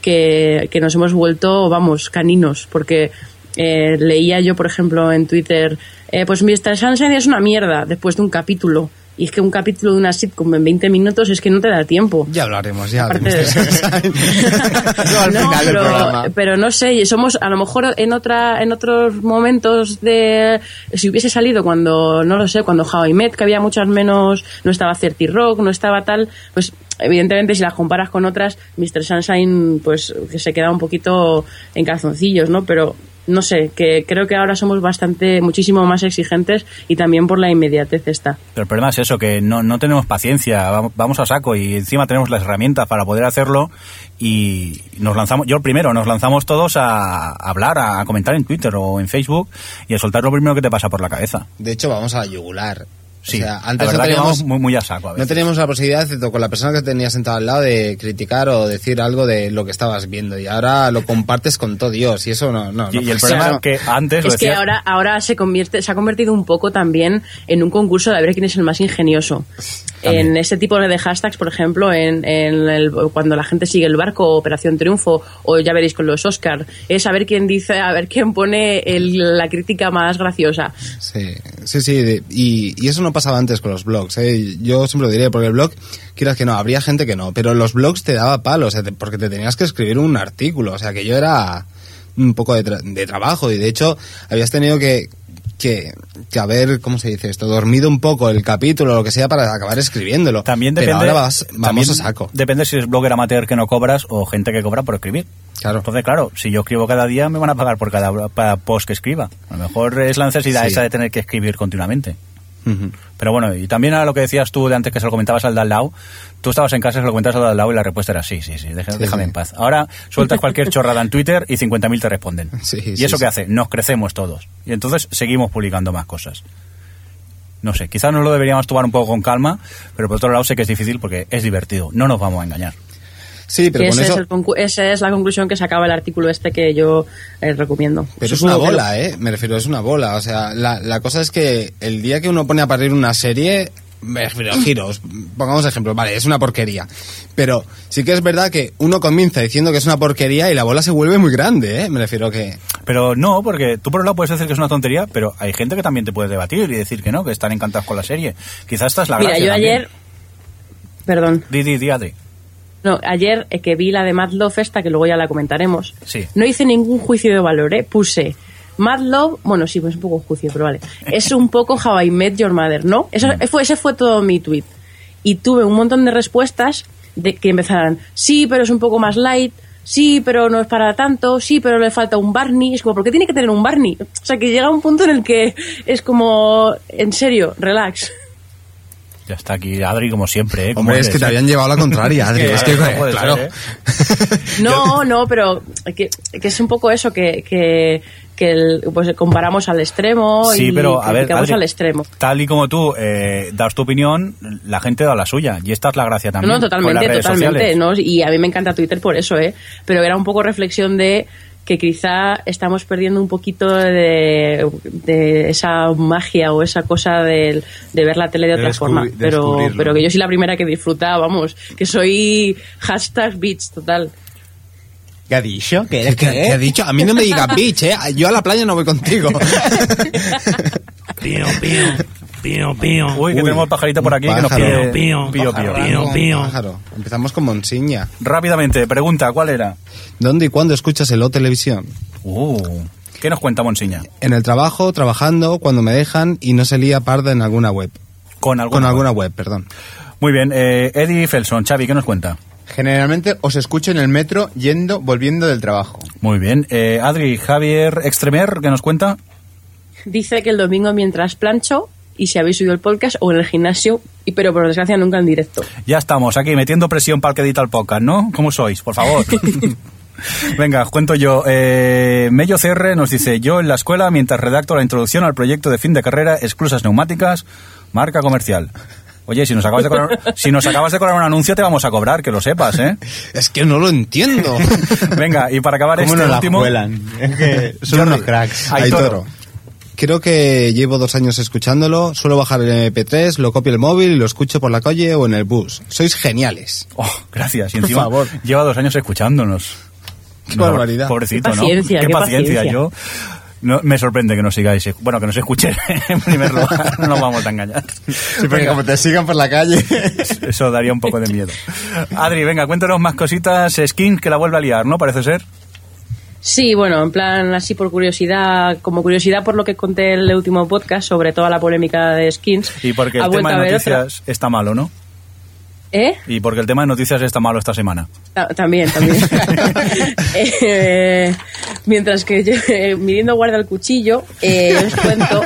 que, que nos hemos vuelto, vamos, caninos, porque eh, leía yo, por ejemplo, en Twitter, eh, pues Mr. Sunshine es una mierda después de un capítulo. Y es que un capítulo de una sitcom en 20 minutos es que no te da tiempo.
Ya hablaremos, ya.
Aparte
de
de
Mr. Sunshine. Eso al
No,
final del
pero,
programa.
pero no sé, somos a lo mejor en otra en otros momentos de si hubiese salido cuando no lo sé, cuando How I Met que había muchas menos, no estaba Certi Rock, no estaba tal, pues evidentemente si las comparas con otras, Mr. Sunshine pues que se queda un poquito en calzoncillos, ¿no? Pero no sé, que creo que ahora somos bastante muchísimo más exigentes y también por la inmediatez está.
Pero el problema es eso, que no, no tenemos paciencia, va- vamos a saco y encima tenemos las herramientas para poder hacerlo y nos lanzamos, yo el primero, nos lanzamos todos a hablar, a comentar en Twitter o en Facebook y a soltar lo primero que te pasa por la cabeza.
De hecho, vamos a la yugular.
Sí,
O sea,
la
antes
verdad
no
que
teníamos,
vamos muy, muy a saco a
no
veces.
teníamos la posibilidad, excepto con la persona que tenías sentado al lado, de criticar o decir algo de lo que estabas viendo. Y ahora lo compartes con todo Dios. Y eso no. no
Y,
no
y el
funciona.
problema
Claro.
es que antes lo
Es que
decías-
ahora, ahora se, convierte, se ha convertido un poco también en un concurso de a ver quién es el más ingenioso. En este tipo de hashtags, por ejemplo, en, en el- cuando la gente sigue el barco, Operación Triunfo, o ya veréis con los Oscar, es a ver quién dice, a ver quién pone el- la crítica más graciosa.
Sí, sí, sí. de- y, y eso no pasaba antes con los blogs. ¿eh? Yo siempre lo diré, porque el blog, quieras que no, habría gente que no, pero los blogs te daba palo, o sea, te- porque te tenías que escribir un artículo. O sea, que yo era un poco de, tra- de trabajo y de hecho habías tenido que, que, que haber, ¿cómo se dice esto? Dormido un poco el capítulo o lo que sea para acabar escribiéndolo.
También
Pero
depende.
ahora vas- vamos
también
a saco.
Depende si es blogger amateur que no cobras o gente que cobra por escribir.
Claro.
Entonces, claro, si yo escribo cada día, me van a pagar por cada pa- post que escriba. A lo mejor es la necesidad
Sí.
esa de tener que escribir continuamente.
Ujú.
Pero bueno, y también a lo que decías tú de antes que se lo comentabas al de al lado, tú estabas en casa, se lo comentabas al de al lado y la respuesta era sí, sí, sí, deja-
Sí,
déjame
sí.
en paz. Ahora sueltas cualquier chorrada en Twitter y 50.000 te responden.
Sí,
¿Y
sí,
eso
sí.
qué hace? Nos crecemos todos. Y entonces seguimos publicando más cosas. No sé, quizás nos lo deberíamos tomar un poco con calma, pero por otro lado sé que es difícil porque es divertido. No nos vamos a engañar.
Sí, pero
Y
con
ese
eso...
es el concu- esa es la conclusión que sacaba el artículo este que yo eh, recomiendo.
Pero es una
Supongo que lo-
bola, ¿eh? Me refiero, es una bola. O sea, la, la cosa es que el día que uno pone a parir una serie, me refiero, giros, pongamos ejemplos, vale, es una porquería. Pero sí que es verdad que uno comienza diciendo que es una porquería y la bola se vuelve muy grande, ¿eh? Me refiero que...
Pero no, porque tú por un lado puedes decir que es una tontería, pero hay gente que también te puede debatir y decir que no, que están encantados con la serie. Quizás esta es la
Mira,
gracia
yo
también.
ayer. Perdón.
Di, di, di, Adri.
No, ayer eh, que vi la de Mad Love esta, que luego ya la comentaremos,
Sí.
no hice ningún juicio de valor, ¿eh? Puse Mad Love, bueno, sí, pues un poco juicio, pero vale. Es un poco How I Met Your Mother, ¿no? Eso, fue, ese fue todo mi tweet. Y tuve un montón de respuestas de que empezaran, sí, pero es un poco más light, sí, pero no es para tanto, sí, pero le falta un Barney. Es como, ¿por qué tiene que tener un Barney? O sea, que llega un punto en el que es como, en serio, relax.
Ya está aquí Adri como siempre, ¿eh? Como
Hombre, es
eres,
que te
¿eh?
habían llevado la contraria, Adri.
que,
es que,
no puede
claro.
ser, ¿eh?
No, no, pero que, que es un poco eso, que, que, que el- pues comparamos al extremo
Sí,
y
pero a ver,
criticamos
Adri,
al extremo.
Tal y como tú eh, das tu opinión, la gente da la suya. Y esta es la gracia
No,
también.
no,
con las
totalmente,
redes
totalmente.
sociales.
¿no? Y a mí me encanta Twitter por eso, ¿eh? Pero era un poco reflexión de que quizá estamos perdiendo un poquito de, de esa magia o esa cosa del- de, ver la tele de
De
otra
descubri-
forma.
de
Pero,
descubrirlo.
pero que yo soy la primera que disfruta, vamos, que soy hashtag bitch total.
¿Qué ha dicho? ¿Qué,
¿Qué, qué ha dicho? A mí no me digas bitch, ¿eh? Yo a la playa no voy contigo.
Pío, pío, pío, pío.
Uy, que
Uy,
tenemos pajarito por aquí que nos
pájaro.
pide.
Pío, pío,
pío.
pío. pío.
Pájaro. Empezamos con Monsiña.
Rápidamente, pregunta, ¿cuál era?
¿Dónde y cuándo escuchas el O Televisión?
Uh, ¿Qué nos cuenta Monsiña?
En el trabajo, trabajando, cuando me dejan y no se lía parda en alguna web.
Con alguna.
Con alguna web, perdón.
Muy bien, eh, Eddie Felson, Xavi, ¿qué nos cuenta?
Generalmente os escucho en el metro yendo, volviendo del trabajo.
Muy bien, eh, Adri, Javier Extremer, ¿qué nos cuenta?
Dice que el domingo mientras plancho y si habéis subido el podcast o en el gimnasio, y pero por desgracia nunca en directo.
Ya estamos aquí metiendo presión para el que edita el podcast, ¿no? ¿Cómo sois? Por favor. Venga, os cuento yo. Eh, Mello CR nos dice, yo en la escuela, mientras redacto la introducción al proyecto de fin de carrera, exclusas neumáticas, marca comercial. Oye, si nos acabas de colar, si nos acabas de colar un anuncio, te vamos a cobrar, que lo sepas, ¿eh?
Es que no lo entiendo.
Venga, y para acabar
¿Cómo
este
no la
último...
cuelan? Es que son unos cracks.
Ay, Aitor.
Aitor. Creo que llevo dos años escuchándolo. Suelo bajar el MP3, lo copio el móvil y lo escucho por la calle o en el bus. Sois geniales.
Oh, gracias. Y encima
favor.
lleva dos años escuchándonos.
Qué barbaridad.
Pobrecito,
Qué
¿no?
paciencia, qué paciencia.
Yo no- me sorprende que nos sigáis. Bueno, que nos escuchéis en primer lugar. No nos vamos a engañar.
Sí, porque como te sigan por la calle.
Eso daría un poco de miedo. Adri, venga, cuéntanos más cositas. Skins que la vuelve a liar, ¿no? Parece ser.
Sí, bueno, en plan así por curiosidad, como curiosidad por lo que conté en el último podcast sobre toda la polémica de skins.
Y porque
ha
el tema
vuelto a
de
haber otra-
noticias está malo, ¿no?
¿Eh?
Y porque el tema de noticias está malo esta semana.
Ta- También, también. Eh, mientras que yo, eh, midiendo guarda el cuchillo, eh, yo os cuento.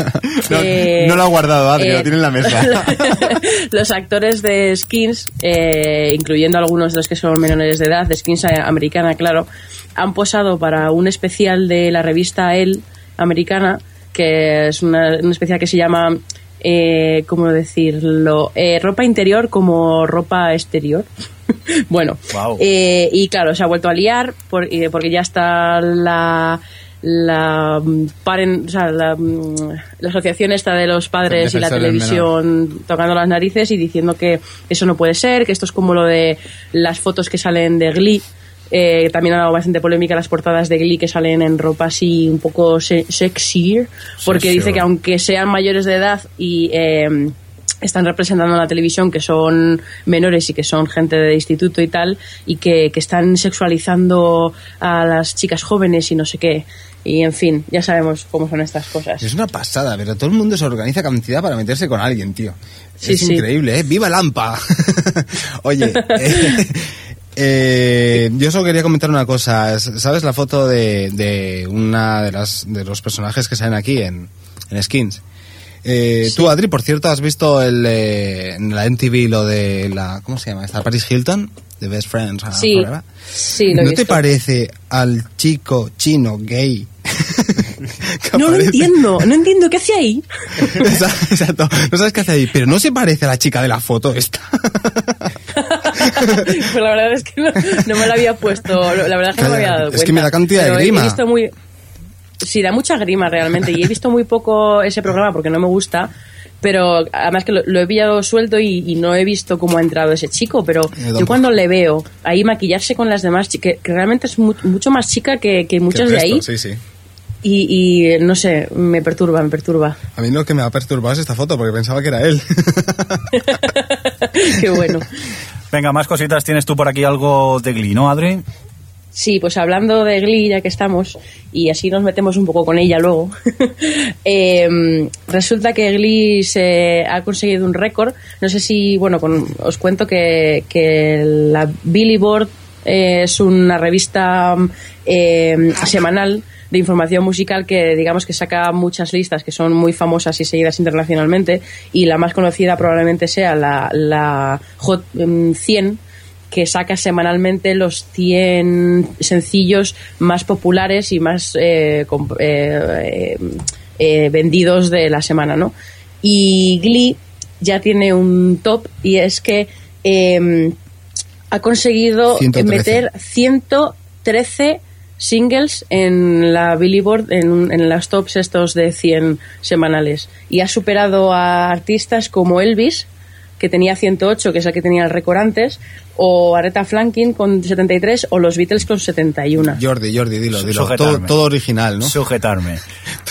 No,
que,
no lo ha guardado, Adri, lo tiene en la mesa.
Eh, los actores de Skins, eh, incluyendo algunos de los que son menores de edad, de Skins eh, americana, claro, han posado para un especial de la revista Elle americana, que es una, un especial que se llama eh, ¿cómo decirlo? Eh, ropa interior como ropa exterior. bueno,
Guau.
eh, y claro, se ha vuelto a liar por- eh, porque ya está la la mm, paren- o sea, la, mm, la asociación esta de los padres y la
Defensores menores.
televisión con- tocando las narices y diciendo que eso no puede ser, que esto es como lo de las fotos que salen de Glee. Eh, también ha dado bastante polémica las portadas de Glee que salen en ropa así un poco se- sexy, porque
Sexier.
dice que aunque sean mayores de edad y eh, están representando en la televisión que son menores y que son gente de instituto y tal, y que, que están sexualizando a las chicas jóvenes y no sé qué. Y en fin, ya sabemos cómo son estas cosas.
Es una pasada, pero todo el mundo se organiza cantidad para meterse con alguien, tío.
Sí,
es
sí.
increíble, ¿eh? ¡Viva Lampa! Oye, eh, eh, yo solo quería comentar una cosa. ¿Sabes la foto de, de una de las de los personajes que salen aquí en, en Skins? Eh, Tú, Adri, por cierto, has visto el, eh, en la MTV lo de la... ¿Cómo se llama? ¿Está Paris Hilton? The Best Friends. ah,
Sí,
forever.
sí, lo he
¿No te
visto.
parece al chico chino gay? que
No lo
aparece?
entiendo, no entiendo qué hacía ahí.
Exacto. No sabes qué hace ahí, pero no se parece a la chica de la foto esta.
pues la verdad es que no, no me lo había puesto, no, la verdad es que no me había dado
Es
cuenta.
que me da cantidad de
Pero he-
grima.
He visto muy, sí, da mucha grima realmente y he visto muy poco ese programa porque no me gusta. Pero además que lo, lo he pillado suelto y, y no he visto cómo ha entrado ese chico. Pero
Eh, tampoco.
yo cuando le veo ahí maquillarse con las demás, chi- que, que realmente es mu- mucho más chica que, que muchas
Qué
de
presto,
ahí,
Sí, sí.
y, y no sé, me perturba, me perturba.
A mí lo que me ha perturbado es esta foto porque pensaba que era él.
Qué bueno.
Venga, más cositas. ¿Tienes tú por aquí algo de Glee, no, Adri?
Sí, pues hablando de Glee, ya que estamos, y así nos metemos un poco con ella luego, eh, resulta que Glee se ha conseguido un récord. No sé si, bueno, con- os cuento que, que la Billboard eh, es una revista mm, eh, semanal de información musical que digamos que saca muchas listas que son muy famosas y seguidas internacionalmente y la más conocida probablemente sea la, la Hot mm, 100 que saca semanalmente los 100 sencillos más populares y más eh, comp- eh, eh, eh, vendidos de la semana, ¿no? Y Glee ya tiene un top y es que eh, ha conseguido
113.
meter 113 singles en la Billboard, en, en los tops estos de 100 semanales. Y ha superado a artistas como Elvis, que tenía 108, que es el que tenía el récord antes, o Aretha Franklin con 73, o los Beatles con 71.
Jordi, Jordi, dilo, dilo.
Sujetarme.
Todo, todo original, ¿no?
Sujetarme.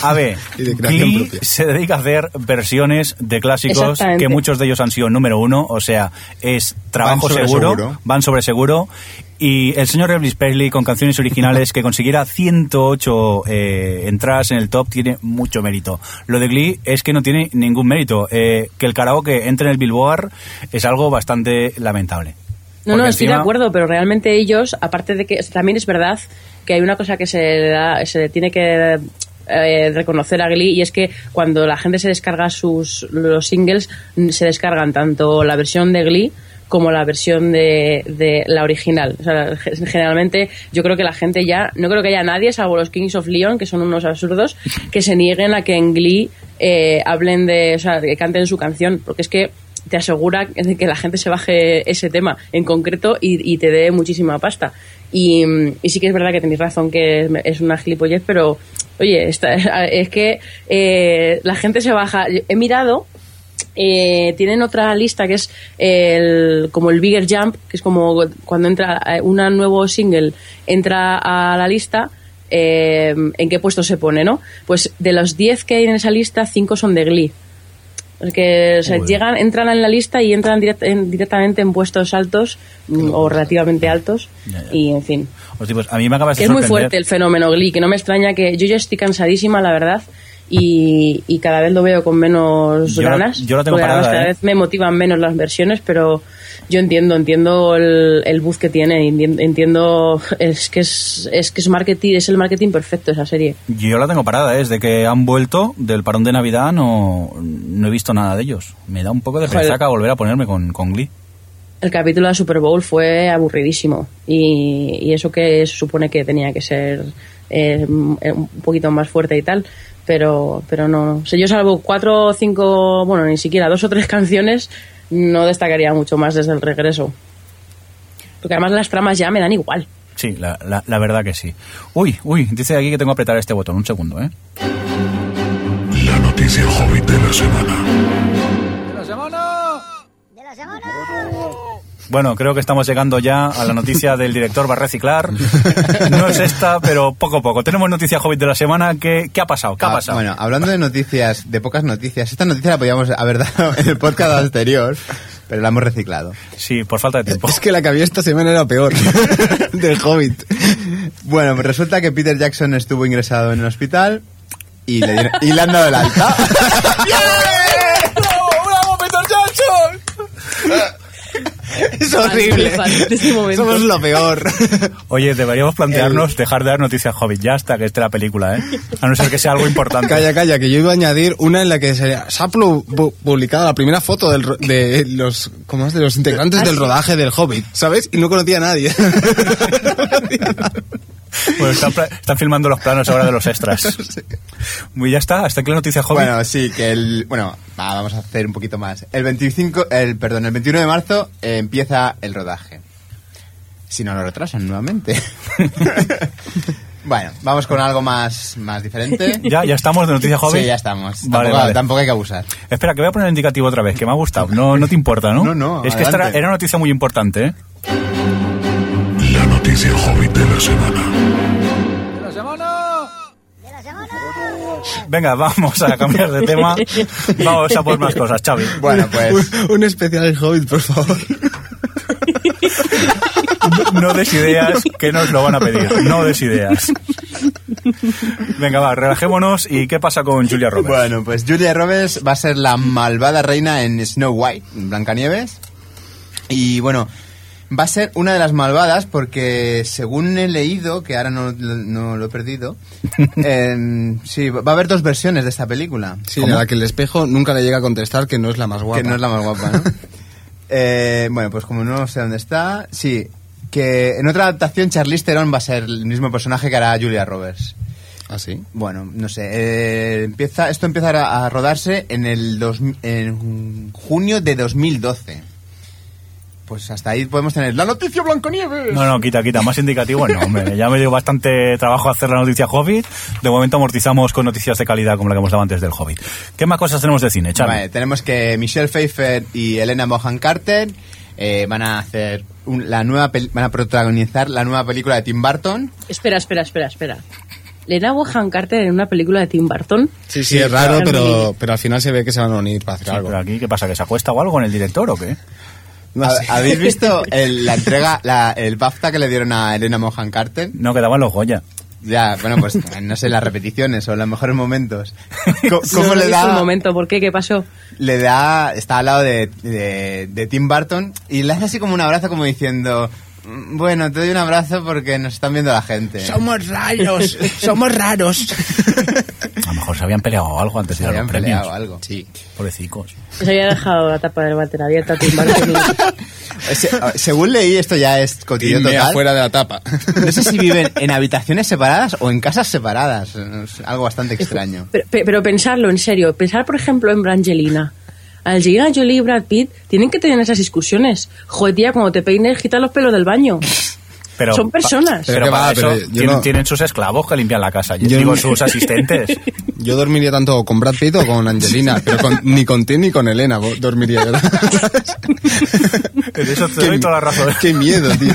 A ver,
Y de creación
Glee
propia.
se dedica a hacer versiones de clásicos
Exactamente.
que muchos de ellos han sido número uno, o sea, es trabajo
Van sobre
seguro,
seguro.
van sobre seguro. Y el señor Elvis Presley con canciones originales que consiguiera 108 eh, entradas en el top tiene mucho mérito. Lo de Glee es que no tiene ningún mérito. Eh, que el karaoke entre en el Billboard es algo bastante lamentable.
No, no,
Porque
estoy de
encima-
acuerdo, pero realmente ellos, aparte de que también es verdad que hay una cosa que se, le da- se le tiene que eh, reconocer a Glee y es que cuando la gente se descarga sus los singles mm, se descargan tanto la versión de Glee como la versión de, de la original. O sea, ge- generalmente yo creo que la gente ya, no creo que haya nadie, salvo los Kings of Leon, que son unos absurdos, que se nieguen a que en Glee eh, hablen de, o sea, que canten su canción, porque es que te asegura de que la gente se baje ese tema en concreto y, y te dé muchísima pasta. Y, mm, y sí que es verdad que tenéis razón que es- es una gilipollez, pero oye, esta- es que eh, la gente se baja. He mirado eh, tienen otra lista que es el, como el Bigger Jump, que es como cuando entra eh, un nuevo single, entra a la lista, eh, en qué puesto se pone, ¿no? Pues de los 10 que hay en esa lista, 5 son de Glee. Es que o sea,
Joder.
llegan, entran en la lista y entran direct- en- directamente en puestos altos mm, o relativamente altos.
pues, Ya, ya.
Y en fin.
Os digo, pues, a mí me acabas
Que
de
es muy
sorprender.
fuerte el fenómeno Glee, que no me extraña que yo ya estoy cansadísima, la verdad, y, y cada vez lo veo con menos
Yo la-
ganas.
yo la tengo
porque además
parada,
cada
¿eh?
vez me motivan menos las versiones, pero yo entiendo, entiendo el, el buzz que tiene, enti- entiendo, es que es, es que es marketing, es el marketing perfecto esa serie.
Yo la tengo parada, ¿eh? desde que han vuelto del parón de Navidad no, no he visto nada de ellos. Me da un poco de
Joder.
resaca volver a ponerme con, con Glee.
El capítulo de Super Bowl fue aburridísimo y, y eso que se supone que tenía que ser eh, un un poquito más fuerte y tal. pero, pero no. no. O sea, yo salvo cuatro o cinco, bueno, ni siquiera dos o tres canciones, no destacaría mucho más desde el regreso. Porque además las tramas ya me dan igual.
Sí, la, la- la verdad que sí. Uy, uy, dice aquí que tengo que apretar este botón. Un segundo, ¿eh?
La noticia hobbit de la semana.
Bueno, creo que estamos llegando ya a la noticia del director va a reciclar. No es esta, pero poco a poco. Tenemos noticia hobbit de la semana. ¿Qué, qué ha pasado? ¿Qué ha
Ah,
pasado?
Bueno, hablando de noticias, de pocas noticias, esta noticia la podíamos haber dado en el podcast anterior, pero la hemos reciclado.
Sí, por falta de tiempo.
Es que la que había esta semana era peor.
del Hobbit. Bueno, pues resulta que Peter Jackson estuvo ingresado en el hospital y le, dieron- y le han dado el alta.
es horrible.
Flipante, flipante este momento.
Somos lo peor.
Oye, deberíamos plantearnos dejar de dar noticias hobbit ya hasta que esté la película, ¿eh? A no ser que sea algo importante.
Calla, calla, que yo iba a añadir una en la que se, se ha plu- pu- publicado la primera foto del ro- de los ¿cómo es? de los integrantes del rodaje del Hobbit, ¿sabes? Y no conocía a nadie.
Bueno, Pues están, pla- están filmando los planos ahora de los extras. Muy ya está, hasta aquí la noticia hobbit.
Bueno, sí, que el... Bueno, va, vamos a hacer un poquito más. El 25... El, perdón, el 21 de marzo eh, empieza el rodaje. Si no lo retrasan nuevamente. bueno, vamos con algo más, más diferente.
Ya, ya estamos de noticia hobbit.
Sí, ya estamos.
Vale,
tampoco,
vale.
tampoco hay que abusar.
Espera, que voy a poner el indicativo otra vez, que me ha gustado. No, no te importa, ¿no?
No, no,
Es que esta era,
adelante.
era una noticia muy importante, ¿eh?
La noticia hobbit de la semana.
Venga, vamos a cambiar de tema. Vamos a por más cosas, Xavi.
Bueno, pues...
un, un especial del Hobbit, por favor.
No des ideas que nos lo van a pedir. No des ideas. Venga, va, relajémonos. ¿Y qué pasa con Julia Roberts?
Bueno, pues Julia Roberts va a ser la malvada reina en Snow White, en Blancanieves. Y bueno, va a ser una de las malvadas porque según he leído, que ahora no, no lo he perdido, em, sí, va a haber dos versiones de esta película.
Sí,
¿Cómo?
la que el espejo nunca le llega a contestar que no es la más guapa.
Que no es la más guapa, ¿no? Eh, bueno, pues como no sé dónde está, sí, que en otra adaptación Charlize Theron va a ser el mismo personaje que hará Julia Roberts.
¿Ah, sí?
Bueno, no sé. eh, empieza, esto empieza a, a rodarse en el dos- en junio de 2012. Pues hasta ahí podemos tener la noticia Blancanieves.
No, no, quita, quita. Más indicativo, no, hombre. Ya me dio bastante trabajo hacer la noticia Hobbit. De momento amortizamos con noticias de calidad como la que hemos dado antes del Hobbit. ¿Qué más cosas tenemos de cine, Xavi?
Vale, tenemos que Michelle Pfeiffer y Elena Mohan Carter eh, van a hacer un- la nueva pel- van a protagonizar la nueva película de Tim Burton.
Espera, espera, espera, espera. Lena Bohan Carter en una película de Tim Burton.
Sí, sí, es raro,
claro.
pero, pero al final se ve que se van a unir para hacer
Sí,
algo.
pero aquí, ¿qué pasa? ¿Que se acuesta o algo con el director o qué?
No
¿Ha-
sé.
¿Habéis visto el- la entrega, la- el BAFTA que le dieron a Elena Mohan Carter?
No, quedaban los Goya.
Ya, bueno, pues no sé, las repeticiones o los mejores momentos. Co- ¿Cómo
No, no
le
he
da?
visto Un momento, ¿por qué? ¿Qué pasó?
le da, está al lado de, de- de Tim Burton y le hace así como un abrazo como diciendo, "Mm, bueno, te doy un abrazo porque nos están viendo la gente.
Somos raros, somos raros.
A lo mejor se habían peleado o algo antes
Se
de dar
habían
los premios.
peleado algo. Sí.
Pobrecicos.
Se había dejado la tapa del váter abierta Tim Burton.
Eh, según leí, esto ya es
Y
cotidiano
me
total.
afuera de la tapa.
No sé si viven en habitaciones separadas o en casas separadas. Es algo bastante extraño.
Pero, pe- pero pensarlo, en serio. Pensar, por ejemplo, en Brangelina. Angelina Jolie y Brad Pitt tienen que tener esas discusiones. Joder, tía, cuando te peines, quita los pelos del baño.
Pero
Son personas.
Pero,
Pero que
para
va,
eso
pero yo
tienen,
no-
tienen sus esclavos que limpian la casa. Yo
Yo
digo,
no-
sus asistentes.
Yo dormiría tanto con Brad Pitt o con Angelina, pero con- ni con Tim ni con Elena bo- dormiría yo.
En eso te
Qué
doy
mi-
toda la razón.
Qué miedo, tío.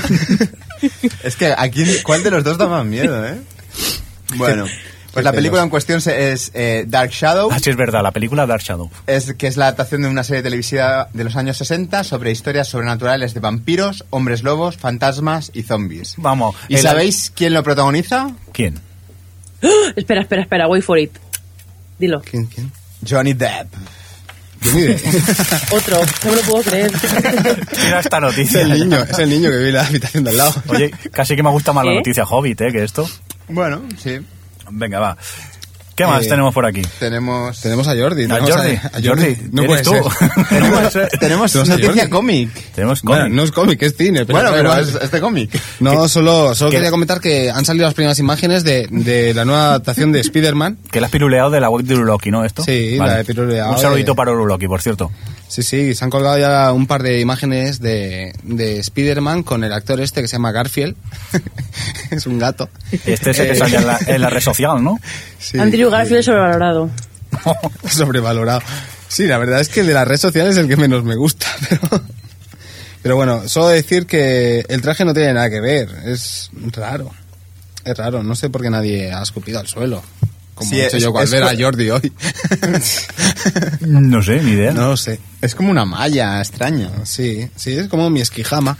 Es que aquí, ¿cuál de los dos da más miedo, eh? Bueno, pues la
Qué
película
pelos.
en cuestión se- es eh, Dark Shadow.
Así Ah, es verdad, la película Dark Shadow.
es que es la adaptación de una serie televisiva de los años 60 sobre historias sobrenaturales de vampiros, hombres lobos, fantasmas y zombies.
Vamos.
¿Y
el-
sabéis quién lo protagoniza?
¿Quién?
¡Ah! Espera, espera, espera, wait for it. Dilo.
¿Quién, quién?
Johnny Depp.
Yo ni idea.
Otro, no me lo puedo creer.
Mira esta
Es
noticia.
el niño, es el niño que vive en la habitación del lado.
Oye, casi que me gusta más la
¿Eh?
noticia Hobbit, ¿eh? Que esto.
Bueno, sí.
Venga, va. ¿Qué más
Eh,
tenemos por aquí?
Tenemos.
Tenemos a Jordi.
A
tenemos
Jordi,
a Jordi.
Jordi,
No
eres
puede
tú.
ser.
Tenemos, tenemos
Tenemos a
noticia
Jordi.
cómic.
Tenemos cómic.
Bueno, no es cómic, es cine. Pero
Bueno,
da
pero
igual.
es este cómic.
No, solo, solo
que-
quería comentar que han salido las primeras imágenes de, de la nueva adaptación de Spider-Man.
Que la has piruleado de la web de Uruloki, ¿no? Esto.
Sí, la he piruleado
Un saludito
de-
para Uruloki, por cierto.
Sí, sí, se han colgado ya un par de imágenes de, de Spider-Man con el actor este que se llama Garfield. es un gato.
Este es el que
Eh,
sale en la, en la red social, ¿no?
sí,
Andrew Garfield es sobrevalorado.
sobrevalorado. Sí, la verdad es que el de las redes sociales es el que menos me gusta, pero... Pero bueno, solo decir que el traje no tiene nada que ver, es raro. Es raro, no sé por qué nadie ha escupido al suelo. Como
Sí,
he hecho
es-
yo cuando
es-
era Jordi hoy.
No sé, ni idea.
no lo sé. Ah,
Es como una malla extraña.
Sí, sí, es como mi esquijama.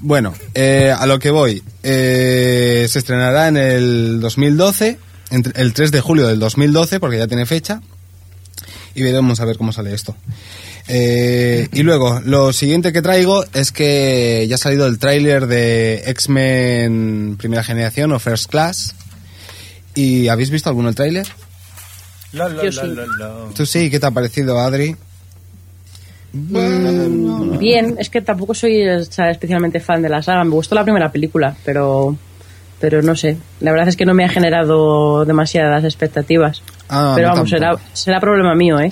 Bueno, eh, a lo que voy. Eh, se estrenará en el 2012, entre- el 3 de julio del 2012, porque ya tiene fecha. Y veremos a ver cómo sale esto. Eh, y luego, lo siguiente que traigo es que ya ha salido el tráiler de X-Men Primera Generación o First Class. ¿Y habéis visto alguno el tráiler?
La, la,
Yo
la,
sí.
la, la.
Tú sí, ¿qué te ha parecido, Adri?
Bien, es que tampoco soy o sea, especialmente fan de la saga. Me gustó la primera película, pero, pero no sé. La verdad es que no me ha generado demasiadas expectativas.
Ah, a
pero
mí
vamos, será,
tampoco.
será problema mío, ¿eh?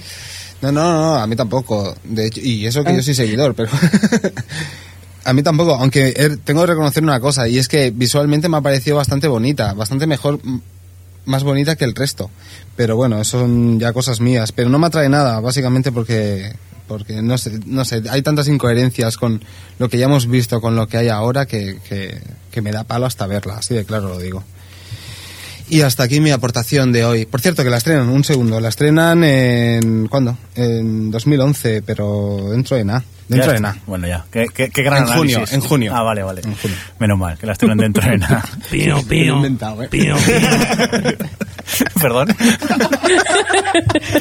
No, no, no, a mí tampoco. De hecho, y eso que yo soy seguidor, pero. a mí tampoco, aunque he- tengo que reconocer una cosa, y es que visualmente me ha parecido bastante bonita, bastante mejor, m- más bonita que el resto. Pero bueno, eso son ya cosas mías. Pero no me atrae nada, básicamente porque. Porque no sé, no sé, hay tantas incoherencias con lo que ya hemos visto, con lo que hay ahora, que, que, que me da palo hasta verla, así de claro lo digo. Y hasta aquí mi aportación de hoy. Por cierto, que la estrenan, un segundo, la estrenan en... ¿Cuándo? En 2011, pero dentro de nada. Dentro
Ya
de
está.
nada.
Bueno, ya. Qué, qué- qué gran
En junio,
análisis.
en junio.
Ah, vale, vale.
En junio.
Menos mal, que las tienen dentro de nada.
Pío,
Lo he
pío.
inventado, ¿eh?
Pío,
Perdón.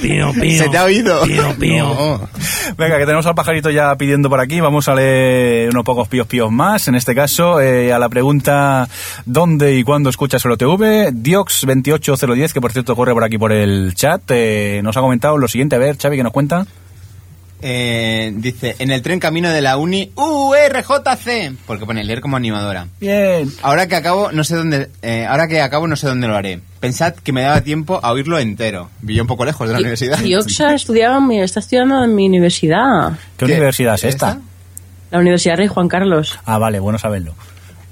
pío, pío.
Se te ha oído.
Pío, pío.
No.
Venga, que tenemos al pajarito ya pidiendo por aquí. Vamos a leer unos pocos píos píos más. En este caso, eh, a la pregunta ¿dónde y cuándo escuchas el OTV? Diox28010, que por cierto corre por aquí por el chat, eh, nos ha comentado lo siguiente. A ver, Xavi, que nos cuenta?
Eh, dice, en el tren camino de la uni URJC. Porque pone leer como animadora.
Bien.
Ahora que acabo, no sé dónde. eh, ahora que acabo, no sé dónde lo haré. Pensad que me daba tiempo a oírlo entero. Vivía un poco lejos de la universidad.
Y Oxa estudiaba, en mi- está estudiando en mi universidad.
¿Qué,
¿Qué?
universidad es esta?
¿Esta?
La Universidad Rey Juan Carlos.
Ah, vale, bueno saberlo.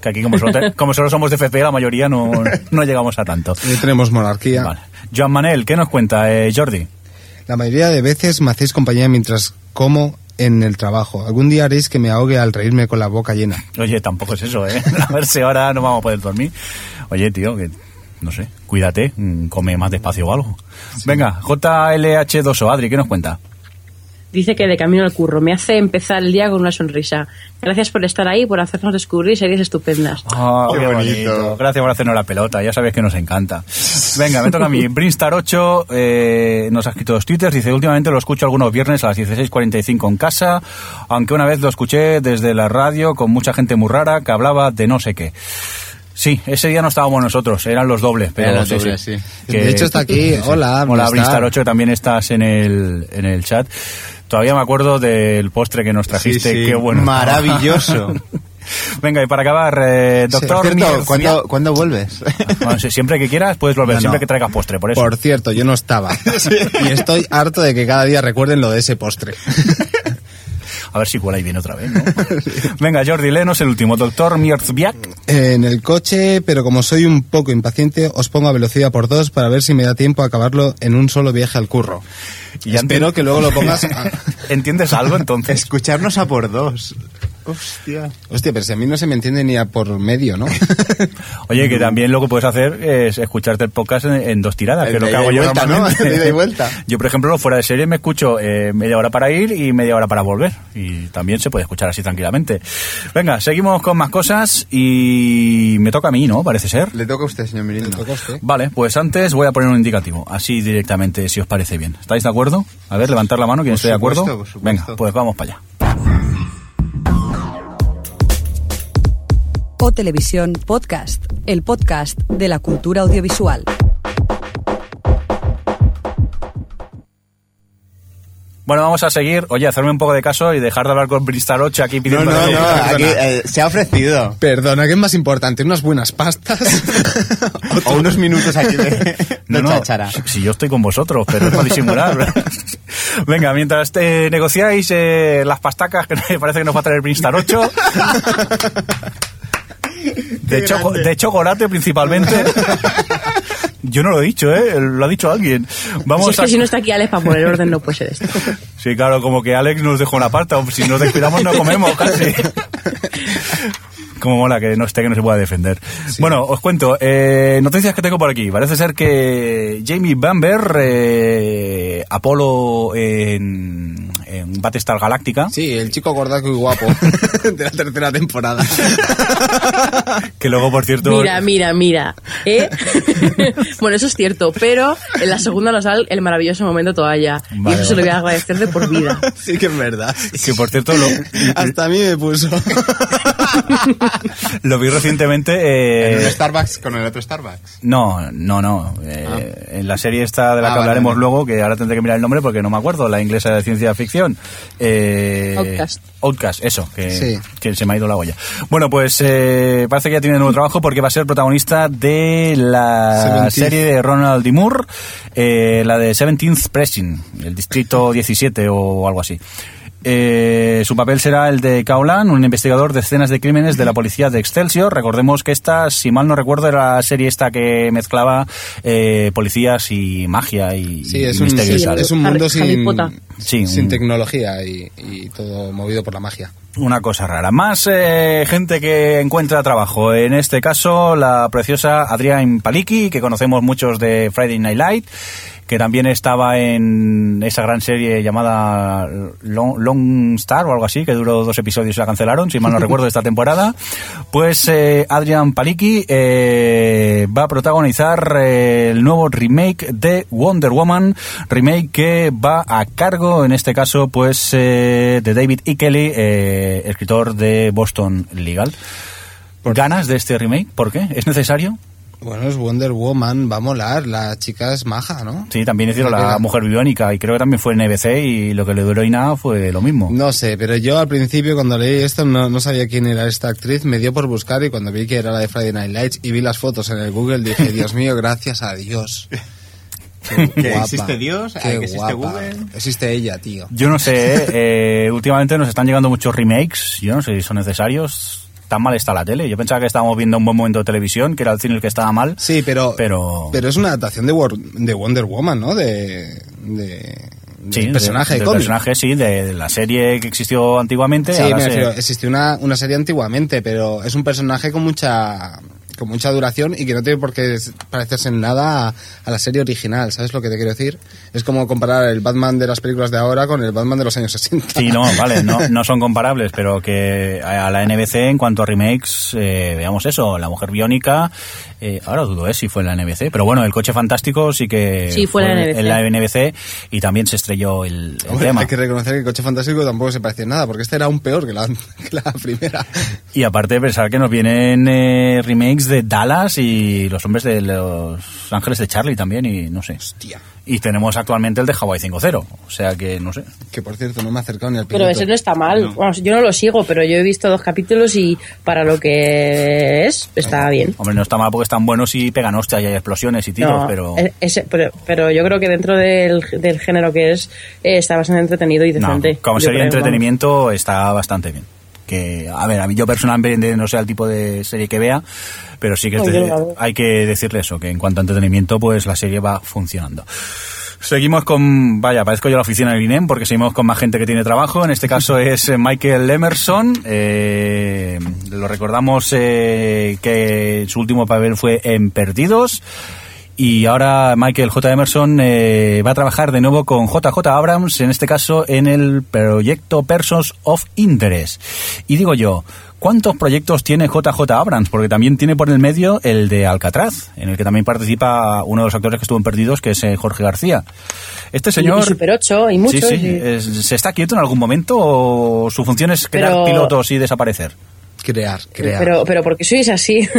Que aquí, como solo, te- como solo somos de FP, la mayoría no, no llegamos a tanto.
Ya Eh, tenemos monarquía.
Vale. Joan Manel, ¿qué nos cuenta, eh, Jordi?
La mayoría de veces me hacéis compañía mientras como en el trabajo. Algún día haréis que me ahogue al reírme con la boca llena.
Oye, tampoco es eso, ¿eh? A ver si ahora no vamos a poder dormir. Oye, tío, que no sé, cuídate, mm, come más despacio o algo. Venga, JLH2O, Adri, ¿qué nos cuenta?
Dice que de camino al curro me hace empezar el día con una sonrisa. Gracias por estar ahí, por hacernos descubrir series estupendas.
Ah,
Qué bonito.
Gracias por hacernos la pelota, ya sabes que nos encanta. Venga, me toca a mí. Brinstar8 eh, nos ha escrito dos twitters, dice, últimamente lo escucho algunos viernes a las 16.45 en casa, aunque una vez lo escuché desde la radio con mucha gente muy rara que hablaba de no sé qué. Sí, ese día no estábamos nosotros, eran los dobles. Pero
Eran los dobles, sí.
De hecho, está aquí. Hola,
Hola,
Brinstar.
Brinstar8, que también estás en el, en el chat. Todavía me acuerdo del postre que nos trajiste,
Sí, sí,
qué bueno.
maravilloso.
Venga, y para acabar, eh,
Sí,
doctor...
Por
Miguel
cierto, ¿cuándo, ¿cuándo vuelves?
bueno, sí, siempre que quieras puedes volver,
No,
siempre
no.
que traigas postre, por eso.
Por cierto, yo no estaba. Y estoy harto de que cada día recuerden lo de ese postre.
A ver si cuela y viene otra vez, ¿no? Venga, Jordi, léenos el último. Doctor Mierzbiak.
En el coche, pero como soy un poco impaciente, os pongo a velocidad por dos para ver si me da tiempo a acabarlo en un solo viaje al curro.
Y
Espero
antes-
que luego lo pongas. a-
¿Entiendes algo entonces?
Escucharnos a por dos. Hostia.
Hostia, pero si a mí no se me entiende ni a por medio, ¿no?
Oye, que también lo que puedes hacer es escucharte el podcast en, en dos tiradas, que es lo que
De ida
hago
y
yo
vuelta, ¿no?
normalmente.
De ida y vuelta.
Yo, por ejemplo, fuera de serie me escucho eh, media hora para ir y media hora para volver. Y también se puede escuchar así tranquilamente. Venga, seguimos con más cosas y me toca a mí, ¿no? Parece ser.
Le toca a usted, señor Mirindo.
Toca usted.
Vale, pues antes voy a poner un indicativo, así directamente, si os parece bien. ¿Estáis de acuerdo? A ver, levantar la mano, quien
Por
esté de acuerdo.
supuesto, por supuesto.
Venga, pues vamos para allá.
O Televisión Podcast, el podcast de la cultura audiovisual.
Bueno, vamos a seguir. Oye, hacerme un poco de caso y dejar de hablar con Bristaroche aquí
No,
pidiendo...
no, no, aquí,
perdona.
eh, se ha ofrecido.
Perdona, ¿qué es más importante? ¿Unas buenas pastas?
O unos minutos aquí de,
No,
de
no,
cháchara.
si- si yo estoy con vosotros, pero es para disimular. Venga, mientras eh, negociáis eh, las pastacas que me parece que nos va a traer Brinstar 8. De, choco- de chocolate principalmente. Yo no lo he dicho, ¿eh? Lo ha dicho alguien. Vamos
Si es
a...
que si no está aquí Alex para poner orden, no puede ser esto.
Sí, claro, como que Alex nos dejó una parte. o Si nos descuidamos, no comemos casi. Como mola que no esté, que no se pueda defender. Bueno, os cuento. eh, noticias que tengo por aquí. Parece ser que Jamie Bamber, eh, Apolo en, en Battlestar Galáctica,
Sí, el chico gordaco y guapo de la tercera temporada.
que luego, por cierto.
Mira, mira, mira. ¿eh? bueno, eso es cierto, pero en la segunda nos da el maravilloso momento toalla. y
Vale,
eso se lo
vale.
voy a agradecer de por vida.
sí que es verdad.
Que por cierto lo,
Hasta a mí me puso.
lo vi recientemente. eh,
En un Starbucks con el otro Starbucks.
No, no, no. Eh, En la serie esta de la que
Ah, vale,
hablaremos
vale.
luego, que ahora tendré que mirar el nombre porque no me acuerdo, la inglesa de ciencia ficción. Eh,
Outcast.
Outcast, eso, que,
Sí.
que se me ha ido la olla. Bueno, pues eh, parece que ya tiene nuevo trabajo porque va a ser protagonista de la
17th.
serie de Ronald D. Moore, eh, la de 17th Pressing, el distrito 17 o algo así. Eh, su papel será el de Kaolan, un investigador de escenas de crímenes de la policía de Excelsior. Recordemos que esta, si mal no recuerdo, era la serie esta que mezclaba eh, policías y magia y,
Sí,
y
es un,
misterios.
sí,
y tal.
es un mundo
Harry- Harry
sin,
Potter.
Sí,
sin
un-
tecnología y, y todo movido por la magia.
Una cosa rara. Más eh, gente que encuentra trabajo. En este caso, la preciosa Adrián Palicki, que conocemos muchos de Friday Night Light, que también estaba en esa gran serie llamada Long, Long Star o algo así, que duró dos episodios y la cancelaron, si mal no recuerdo, de esta temporada. Pues eh, Adrián Palicki eh, va a protagonizar eh, el nuevo remake de Wonder Woman, remake que va a cargo, en este caso, pues eh, de David E. Kelly, eh, escritor de Boston Legal. ¿Ganas de este remake? ¿Por qué? ¿Es necesario?
Bueno, es Wonder Woman, va a molar, la chica es maja, ¿no?
Sí, también hicieron la
Venga.
mujer biónica y creo que también fue en NBC y lo que le duró y nada fue lo mismo.
No sé, pero yo al principio cuando leí esto no, no sabía quién era esta actriz, me dio por buscar y cuando vi que era la de Friday Night Lights y vi las fotos en el Google dije, Dios mío, gracias a Dios. Qué
Que
guapa,
existe Dios,
qué
que existe Google.
Existe ella, tío.
Yo no sé, eh, eh, últimamente nos están llegando muchos remakes, yo no sé si son necesarios. Tan mal está la tele. Yo pensaba que estábamos viendo un buen momento de televisión, que era el cine el que estaba mal.
Sí, pero,
Pero-
pero es una adaptación de, Wor- de Wonder Woman, ¿no? De, de,
Sí,
del
de-
personaje de,
del
cómic.
personaje, sí, de, de la serie que existió antiguamente.
Sí,
ahora
me
se-
refiero, existió una, una serie antiguamente, pero es un personaje con mucha con mucha duración y que no tiene por qué s- parecerse en nada a, a la serie original, ¿sabes lo que te quiero decir? Es como comparar el Batman de las películas de ahora con el Batman de los años 60.
Sí, no, vale, no, no son comparables, pero que a la NBC en cuanto a remakes, eh, veamos eso, La Mujer Biónica, eh, ahora dudo eh, si fue en la NBC, pero bueno, El Coche Fantástico sí que
Sí, fue en la NBC.
en la NBC y también se estrelló el, el
Hombre,
tema.
hay que reconocer que el coche fantástico tampoco se parecía en nada, porque este era aún peor que la, que la primera.
Y aparte pensar que nos vienen eh, remakes de Dallas y Los Hombres de Los Ángeles de Charlie también y no sé.
Hostia.
Y tenemos actualmente el de Hawaii 5.0, o sea que no sé.
Que por cierto, no me he acercado ni al piloto.
Pero ese no está mal. Vamos, yo no lo sigo, pero yo he visto dos capítulos y para lo que es, está bien.
Hombre, no está mal porque están buenos y pegan hostias y hay explosiones y tiros,
No,
pero...
e- ese- pero, pero yo creo que dentro del, del género que es, eh, está bastante entretenido y
No,
decente.
como
yo
serie de
creo,
entretenimiento está bastante bien. Que, a ver, a mí yo personalmente no sea el tipo de serie que vea, pero sí que es
No,
de-
yo la veo.
hay que decirle eso, que en cuanto a entretenimiento, pues la serie va funcionando. Seguimos con, vaya, parezco yo la oficina del INEM porque seguimos con más gente que tiene trabajo. En este caso es eh, Michael Emerson. Eh, lo recordamos eh, que su último papel fue en Perdidos. Y ahora Michael J. Emerson eh, va a trabajar de nuevo con JJ Abrams, en este caso en el proyecto Persons of Interest. Y digo yo, ¿cuántos proyectos tiene JJ Abrams? Porque también tiene por el medio el de Alcatraz, en el que también participa uno de los actores que estuvo en Perdidos, que es eh, Jorge García. Este señor...
Y Super 8 y
Sí,
muchos.
sí,
y- eh,
es- ¿Se está quieto en algún momento o su función es crear
Pero-
pilotos y desaparecer?
Crear, crear.
Pero, pero ¿por qué sois así?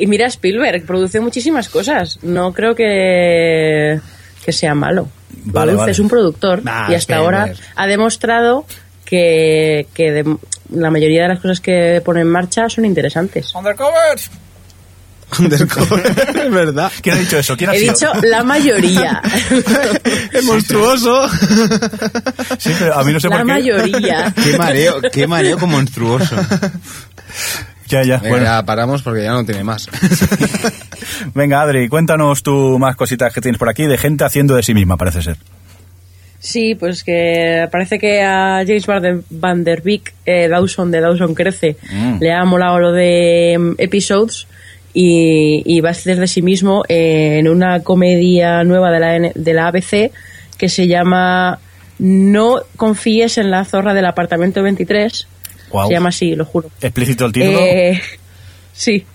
y mira, Spielberg produce muchísimas cosas. No creo que, que sea malo.
Vale,
produce,
vale.
es un productor
Ah,
y hasta
qué
ahora
ver.
ha demostrado que, que de- la mayoría de las cosas que pone en marcha son interesantes.
Undercovers.
Undercover, es verdad.
¿Quién ha dicho eso? ¿Quién ha
He
sido?
dicho la mayoría.
Es monstruoso.
Sí, pero a mí no sé
la
por qué.
mayoría.
Qué mareo, qué mareo como monstruoso.
Ya, ya.
Venga,
bueno.
ya paramos porque ya no tiene más.
Venga, Adri, cuéntanos tú más cositas que tienes por aquí de gente haciendo de sí misma, parece ser.
Sí, pues que parece que a James Van der, Van der Beek, eh, Dawson de Dawson Crece, le ha molado lo de mm, episodes y, y va a hacer de sí mismo en una comedia nueva de la, N- de la ABC que se llama No confíes en la zorra del apartamento 23.
Guau.
Se llama así, lo juro.
Explícito el título.
Eh, sí.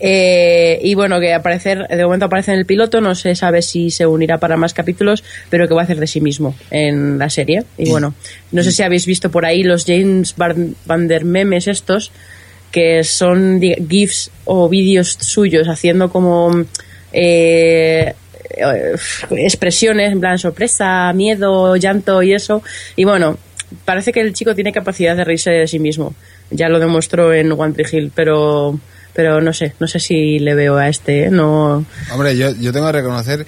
Eh, y bueno, que aparecer, de momento aparece en el piloto, no se sabe si se unirá para más capítulos, pero que va a hacer de sí mismo en la serie. Y bueno, no sé si habéis visto por ahí los James Van, Van der Memes estos, que son di- GIFs o vídeos suyos haciendo como eh, eh, expresiones, en plan sorpresa, miedo, llanto y eso. Y bueno, parece que el chico tiene capacidad de reírse de sí mismo. Ya lo demostró en One Tree Hill, pero, pero no sé, no sé si le veo a este, ¿eh? no...
Hombre, yo, yo tengo que reconocer,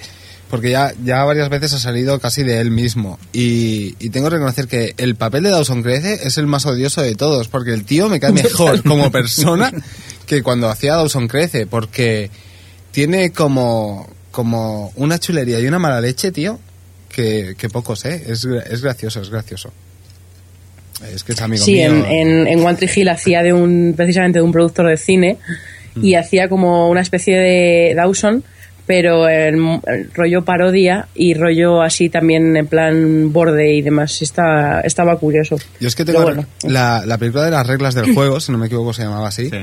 porque ya, ya varias veces ha salido casi de él mismo, y, y tengo que reconocer que el papel de Dawson Crece es el más odioso de todos, porque el tío me cae mejor como persona que cuando hacía Dawson Crece, porque tiene como, como una chulería y una mala leche, tío, que, que pocos, ¿eh? Es, gra- es gracioso, es gracioso. Es que es amigo
Sí,
mío.
en, en, en One Tree Hill hacía de un, precisamente de un productor de cine y
Mm.
hacía como una especie de Dawson, pero en, en rollo parodia y rollo así también en plan borde y demás. Está, estaba curioso.
Yo es que tengo
Pero bueno.
la, la película de las reglas del juego, si no me equivoco se llamaba así.
Sí.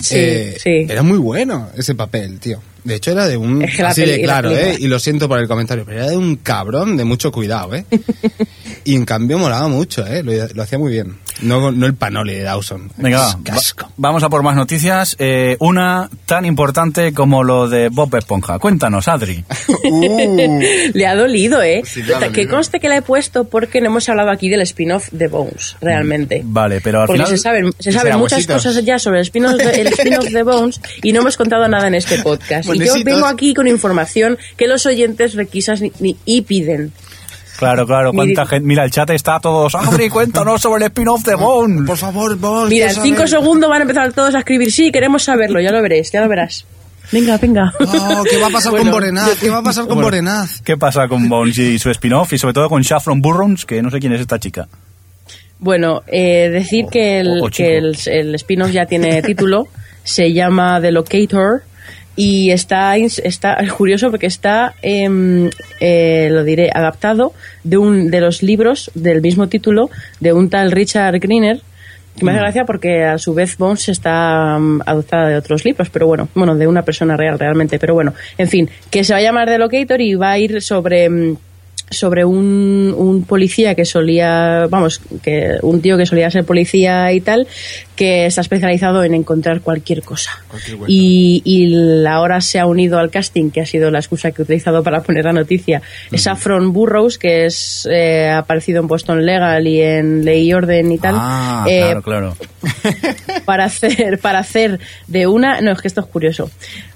Sí,
Eh,
sí.
Era muy bueno ese papel, tío. De hecho, era de un.
Es que la
así de
peli- la
claro,
película.
¿eh? Y lo siento por el comentario, pero era de un cabrón de mucho cuidado, ¿eh? y en cambio molaba mucho, ¿eh? Lo, lo hacía muy bien. No, no el panoli de Dawson.
Venga, va,
Es casco.
va- vamos a por más noticias. Eh, una tan importante como lo de Bob Esponja. Cuéntanos, Adri.
Uh,
Le ha dolido, ¿eh?
Sí, le ha dolido.
Que conste que la he puesto porque no hemos hablado aquí del spin-off de Bones, realmente.
Vale, pero al
Porque
final-
se saben, se
¿Será
saben muchas
huesitos?
cosas ya sobre el spin-off de, el spin-off de Bones y no hemos contado nada en este podcast. Y yo
Buenecitos.
vengo aquí con información que los oyentes requisan ni- ni- y piden.
Claro, claro, cuánta
Mira-
gente. Mira, el chat está todos. Adri, cuéntanos sobre el spin-off de Bones.
Por favor, vos.
Mira, en cinco segundos van a empezar todos a escribir, sí, queremos saberlo, ya lo veréis, ya lo verás. Venga, venga.
No, ¿qué va a pasar
Bueno,
con Borenaz? ¿Qué va a pasar con
Bueno,
Borenaz?
¿Qué pasa con Bones y su spin-off? Y sobre todo con Saffron Burrons, que no sé quién es esta chica.
Bueno, eh, decir que el,
o- o
que el, el spin-off ya tiene título, se llama The Locator y está, ins- está es curioso porque está, em, eh, lo diré, adaptado de, un, de los libros del mismo título de un tal Richard Greener. Que me hace gracia porque a su vez Bones está mm, adoptada de otros libros, pero bueno, bueno, de una persona real realmente, pero bueno, en fin, que se va a llamar The Locator y va a ir sobre... mm, sobre un, un policía que solía, vamos, que un tío que solía ser policía y tal, que está especializado en encontrar cualquier cosa. y, y la hora se ha unido al casting, que ha sido la excusa que he utilizado para poner la noticia. Es Afron Burrows, que es eh, ha aparecido en Boston Legal y en Ley y Orden y tal,
Ah,
eh,
claro, claro.
para hacer para hacer de una no es que esto es curioso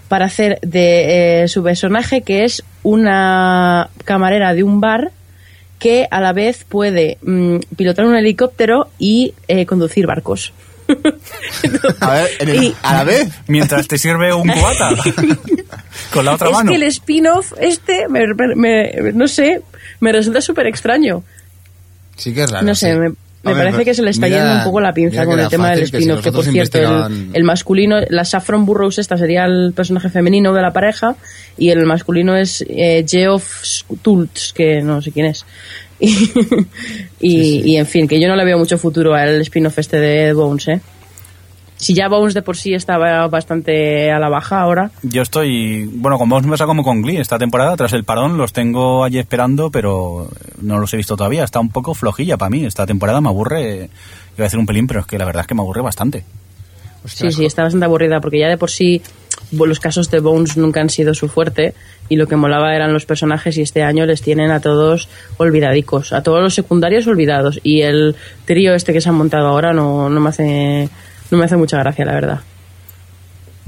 para hacer de eh, su personaje que es una camarera de un bar que a la vez puede mm, pilotar un helicóptero y eh, conducir barcos
A ver, en el-
Y-
a la vez.
Mientras te sirve un cubata. con la otra
es
mano.
que el spin-off este me- me- me- no sé me resulta súper extraño
Sí que es raro.
no sé,
sí.
me, me
A ver,
parece
pero
que se le está
mira-
yendo un poco la
mira
pinza
que
con el
era
tema del
fácil, que si
spin-off, que, por
nosotros
cierto, el,
investigaban-
el masculino, la Saffron Burrows esta sería el personaje femenino de la pareja, y el masculino es eh, Geoff Stultz, que no sé quién es. Y, y- y, en fin, que yo no le veo mucho futuro al spin-off este de Bones, ¿eh? Si ya Bones de por sí estaba bastante a la baja ahora,
Yo estoy, bueno, con Bones me pasa como con Glee esta temporada, tras el parón los tengo allí esperando, pero no los he visto todavía, está un poco flojilla para mí, esta temporada me aburre, iba a decir un pelín, pero es que la verdad es que me aburre bastante.
sí, sí, está bastante aburrida porque ya de por sí los casos de Bones nunca han sido su fuerte y lo que molaba eran los personajes y este año les tienen a todos olvidadicos, a todos los secundarios olvidados y el trío este que se han montado ahora no, no me hace no me hace mucha gracia la verdad.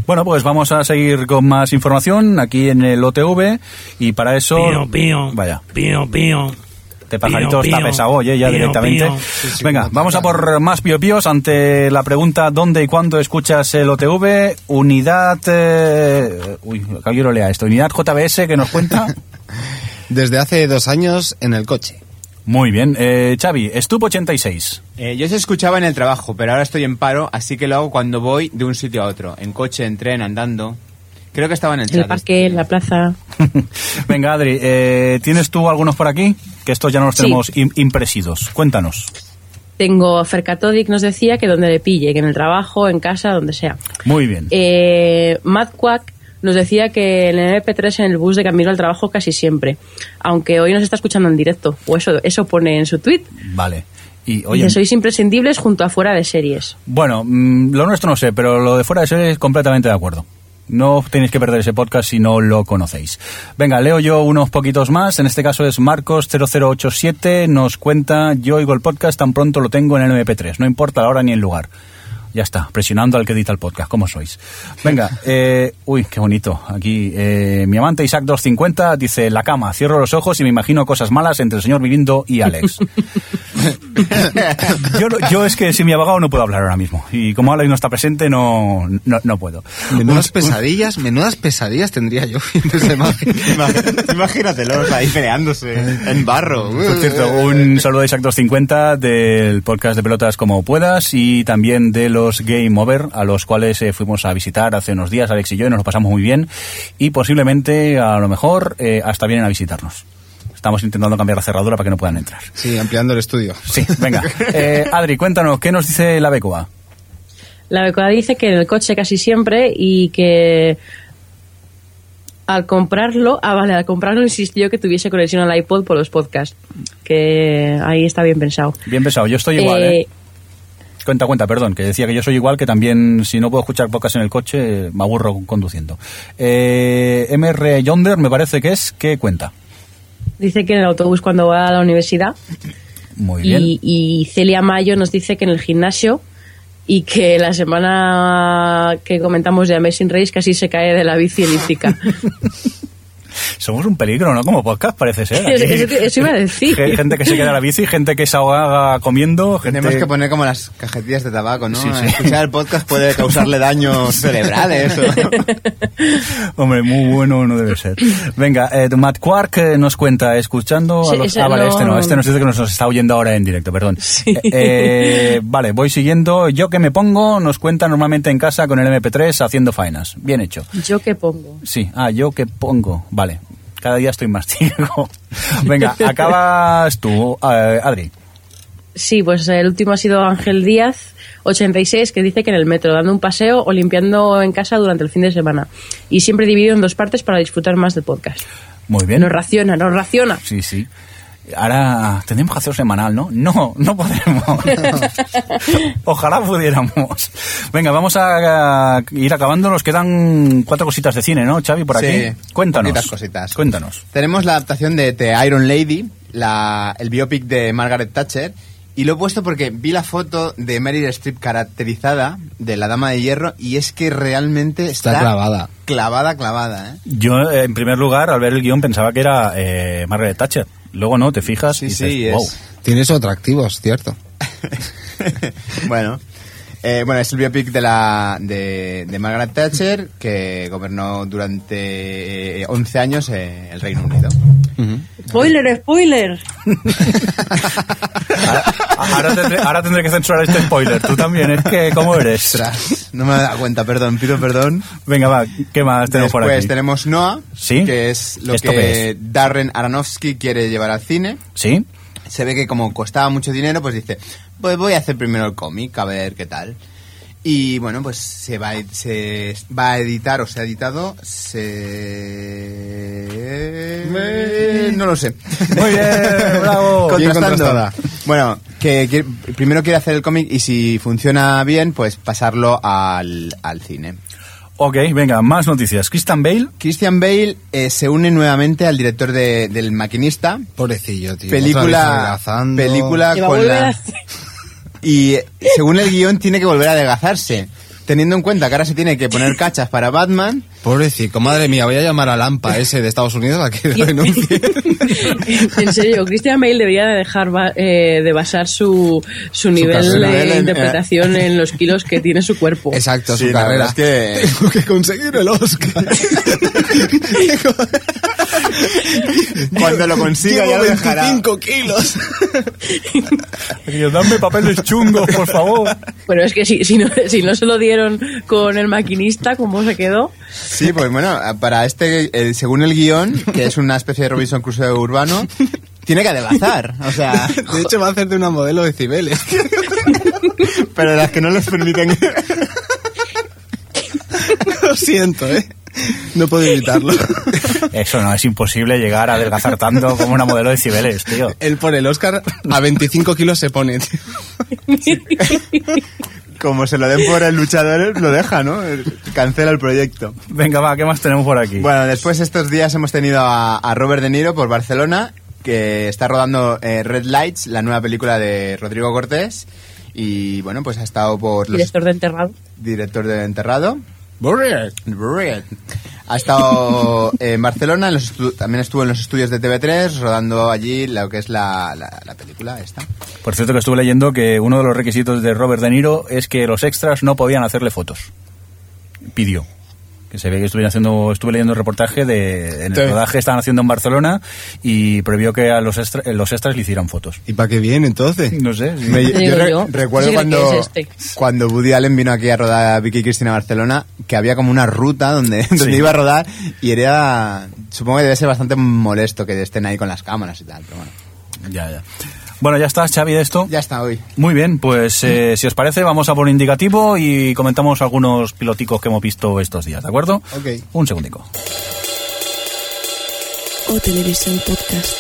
Bueno, pues vamos a seguir con más información aquí en el OTV y para eso...
Pío, pío.
Vaya.
Pío, pío.
Este pajarito
Pío, pío.
está pesado, oye, ya
Pío,
directamente.
pío.
Venga, vamos a por más piopíos ante la pregunta ¿dónde y cuándo escuchas el OTV? Unidad... eh, Uy, que alguien lo lea esto. Unidad JBS que nos cuenta...
Desde hace dos años en el coche.
Muy bien. Eh, Xavi, Stup 86.
Eh, yo se escuchaba en el trabajo, pero ahora estoy en paro, así que lo hago cuando voy de un sitio a otro. En coche, en tren, andando. Creo que estaba en el
El
chat.
parque, en la plaza.
Venga, Adri, eh, ¿tienes tú algunos por aquí? Que estos ya no los
Sí.
tenemos im- impresidos. Cuéntanos.
Tengo Fercatodic nos decía que donde le pille, que en el trabajo, en casa, donde sea.
Muy bien.
Eh, Matt Quack nos decía que el MP3 en el bus de camino al trabajo casi siempre, aunque hoy nos está escuchando en directo, o eso, eso pone en su tweet.
Vale. Y
Oye.
oye,
sois imprescindibles junto a fuera de series.
bueno, mm, lo nuestro no sé, pero lo de fuera de serie es completamente de acuerdo. No tenéis que perder ese podcast si no lo conocéis. Venga, leo yo unos poquitos más. En este caso es Marcos0087. Nos cuenta, yo oigo el podcast, tan pronto lo tengo en el MP3. No importa la hora ni el lugar. Ya está, presionando al que edita el podcast, como sois. Venga, eh, uy, qué bonito. Aquí, eh, mi amante Isaac250 dice, la cama, cierro los ojos y me imagino cosas malas entre el señor Mirindo y Alex. yo, no- yo es que sin mi abogado no puedo hablar ahora mismo. Y como Alex no está presente, no, no, no puedo.
Menudas pesadillas, menudas pesadillas tendría yo fines de semana.
Imag- Imagínatelos ahí peleándose en barro. Uh,
Por cierto, un saludo a Isaac250 del podcast de Pelotas como puedas y también de los Game Over, a los cuales eh, fuimos a visitar hace unos días, Alex y yo, y nos lo pasamos muy bien. Y posiblemente, a lo mejor, eh, hasta vienen a visitarnos. Estamos intentando cambiar la cerradura para que no puedan entrar.
Sí, ampliando el estudio.
Sí, venga. Eh, Adri, cuéntanos, ¿qué nos dice la Becoa?
La becada dice que en el coche casi siempre y que al comprarlo, ah, vale, al comprarlo insistió que tuviese conexión al iPod por los podcasts, que ahí está bien pensado.
Bien pensado, yo estoy igual, ¿eh?
Eh,
Cuenta, cuenta, perdón, que decía que yo soy igual, que también si no puedo escuchar pocas en el coche, me aburro conduciendo. Eh, MR Yonder, me parece que es, ¿qué cuenta?
Dice que en el autobús cuando va a la universidad
Muy bien.
y, y Celia Mayo nos dice que en el gimnasio y que la semana que comentamos de Amazing Race casi se cae de la bici elíptica.
Somos un peligro, ¿no? Como podcast parece ser.
Eso-
Aquí,
eso te- eso iba a decir.
ge- Gente que se queda a la bici, gente que se ahoga comiendo, gente...
Tenemos que poner como las cajetillas de tabaco, ¿no?
Sí, sí.
Escuchar el podcast puede causarle daños cerebrales. o-
Hombre, muy bueno no debe ser. Venga, eh, Matt Quark eh, nos cuenta, escuchando a
Sí,
los...
ese
ah, vale,
no-
este no, este nos dice que nos, nos está oyendo ahora en directo, perdón. Eh, eh, vale, voy siguiendo. Yo que me pongo, nos cuenta normalmente en casa con el MP3 haciendo faenas. Bien hecho.
Yo qué pongo.
Sí, ah, yo que pongo. Vale, cada día estoy más ciego. Venga, acabas tú, eh, Adri.
Sí, pues el último ha sido Ángel Díaz, 86, que dice que en el metro, dando un paseo o limpiando en casa durante el fin de semana. Y siempre dividido en dos partes para disfrutar más del podcast.
Muy bien.
Nos raciona, nos raciona.
Sí, sí. Ahora tendríamos que hacer semanal, ¿no? No, no podemos. Ojalá pudiéramos. Venga, vamos a ir acabando. Nos quedan cuatro cositas de cine, ¿no, Xavi? Por aquí.
Sí,
Cuéntanos.
poquitas cositas.
Cuéntanos.
Tenemos la adaptación de The Iron Lady, la, el biopic de Margaret Thatcher. Y lo he puesto porque vi la foto de Meryl Streep caracterizada de la Dama de Hierro y es que realmente está,
Está clavada.
Clavada, clavada, ¿eh?
Yo, eh, en primer lugar, al ver el guión pensaba que era eh, Margaret Thatcher. Luego no, te fijas
Sí,
y dices,
sí, es-
wow.
Tienes otro activo, es cierto.
bueno, eh, bueno, es el biopic de, la, de, de Margaret Thatcher, que gobernó durante eh, 11 años eh, el Reino Unido.
Spoiler, spoiler.
Ahora, ahora tendré, ahora tendré que censurar este spoiler. Tú también, es que, ¿cómo eres?
Ostras, no me he dado cuenta, perdón, pido perdón.
Venga, va, ¿qué más tenemos por
Después
aquí?
tenemos Noah,
Sí.
que es lo
¿Esto qué
que Darren Aronofsky quiere llevar al cine.
¿Sí?
se ve que como costaba mucho dinero, pues dice, pues voy a hacer primero el cómic, a ver qué tal. Y bueno, pues se va, a ed- se va a editar o se ha editado, se... No lo sé.
Muy bien, bravo.
Bien
Contrastando.
contrastada.
Bueno, que quiere- primero quiere hacer el cómic y si funciona bien, pues pasarlo al, al cine.
Ok, venga, más noticias. Christian Bale.
Christian Bale eh, se une nuevamente al director de- del Maquinista.
Pobrecillo, tío. otra vez
película
adelgazando.
película
Que va a
con
volver
la
a-
y eh, según el guión tiene que volver a adelgazarse teniendo en cuenta que ahora se tiene que poner cachas para Batman
Pobrecito, madre mía, voy a llamar a Lampa ese de Estados Unidos a que lo denuncie.
en serio, Christian Bale debería de dejar ba- eh, de basar su, su nivel
carrera en-
de
eh.
interpretación en los kilos que tiene su cuerpo.
Exacto,
Sí,
su
la
carrera.
verdad es que-
Tengo que conseguir el Oscar.
cuando lo consiga ya
Llevo
lo dejará
25 kilos.
Dame papeles chungos, por favor.
Pero es que si, si, no, si no se lo dieron con el maquinista, ¿cómo se quedó?
sí pues bueno para este eh, según el guión que es una especie de Robinson Crusoe urbano tiene que adelgazar o sea
De hecho, va a hacer de una modelo de Cibeles.
pero las que no les permiten
Lo siento, ¿eh? No puedo evitarlo.
Eso no, es imposible llegar a adelgazar tanto como una modelo de Cibeles, tío.
Él por el Oscar a 25 kilos se pone. tío.
como se lo den por el luchador lo deja no cancela el proyecto
Venga, va, ¿qué más tenemos por aquí?
Bueno, después estos días hemos tenido a, a Robert De Niro por Barcelona, que está rodando eh, Red Lights, la nueva película de Rodrigo Cortés. Y bueno, pues ha estado por los
Director de enterrado.
director de Enterrado.
Burger.
Red. Ha estado eh, en Barcelona, en los estu- también estuvo en los estudios de TV3, rodando allí lo que es la, la- la película esta.
Por cierto, que estuve leyendo que uno de los requisitos de Robert De Niro es que los extras no podían hacerle fotos. Pidió. Que se ve que estuviera haciendo, estuve leyendo un reportaje de. En
Sí.
el rodaje estaban haciendo en Barcelona y previó que a los, extra- eh, los extras le hicieran fotos.
¿Y para qué viene entonces?
No sé. sí.
Me-
Te digo yo.
recuerdo
Sí, creo que
cuando,
es este.
cuando Woody Allen vino aquí a rodar a Vicky Cristina Barcelona, que había como una ruta donde, donde iba a rodar y era... Supongo que debe ser bastante molesto que estén ahí con las cámaras y tal, pero bueno.
Ya, ya. Bueno, ya está, Xavi, de esto.
Ya está hoy.
Muy bien, pues eh, si os parece, vamos a por un indicativo y comentamos algunos piloticos que hemos visto estos días, ¿de acuerdo?
Ok.
Un segundico.
O Televisión Podcast.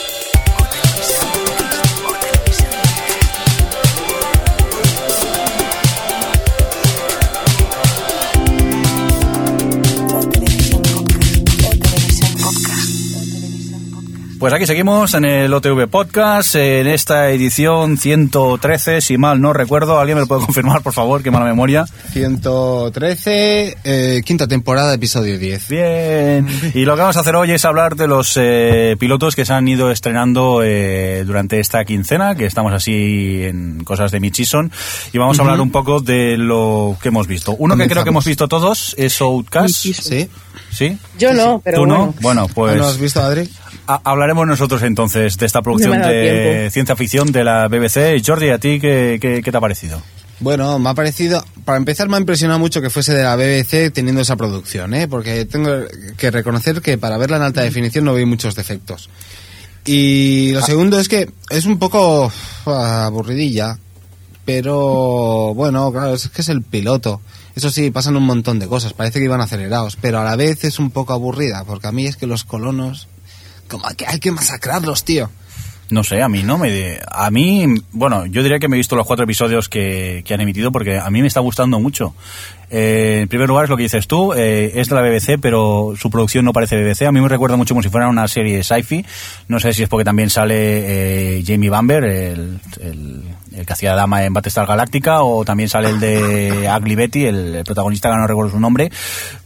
Pues aquí seguimos en el OTV Podcast, en esta edición 113, si mal no recuerdo. ¿Alguien me lo puede confirmar, por favor? Qué mala memoria.
113, eh, quinta temporada, episodio 10.
Bien. Y lo que vamos a hacer hoy es hablar de los eh, pilotos que se han ido estrenando eh, durante esta quincena, que estamos así en cosas de Michison. Y vamos a hablar un poco de lo que hemos visto. Uno que creo
Comenzamos.
que hemos visto todos es Outcast.
Michison.
¿Sí?
¿Sí?
Yo no, pero
¿Tú
bueno.
no? Bueno, pues...
¿Ah, ¿No has visto, Adri?
Ha- Hablaremos nosotros entonces de esta producción
No me ha dado
de
tiempo.
ciencia ficción de la BBC. Jordi, ¿a ti qué, qué- qué te ha parecido?
Bueno, me ha parecido, para empezar me ha impresionado mucho que fuese de la BBC teniendo esa producción, ¿eh? porque tengo que reconocer que para verla en alta definición no vi muchos defectos. Y lo segundo es que es un poco uf, aburridilla, pero bueno, claro, es que es el piloto. Eso sí, pasan un montón de cosas, parece que iban acelerados, pero a la vez es un poco aburrida, porque a mí es que los colonos, como que hay que masacrarlos, tío.
No sé, a mí no me... A mí, bueno, yo diría que me he visto los cuatro episodios que, que han emitido porque a mí me está gustando mucho. Eh, en primer lugar, es lo que dices tú, eh, es de la BBC, pero su producción no parece BBC. A mí me recuerda mucho como si fuera una serie de sci-fi. No sé si es porque también sale eh, Jamie Bamber, el, el- el que hacía Dama en Battlestar Galáctica, o también sale el de Ugly Betty, el, el protagonista que no recuerdo su nombre.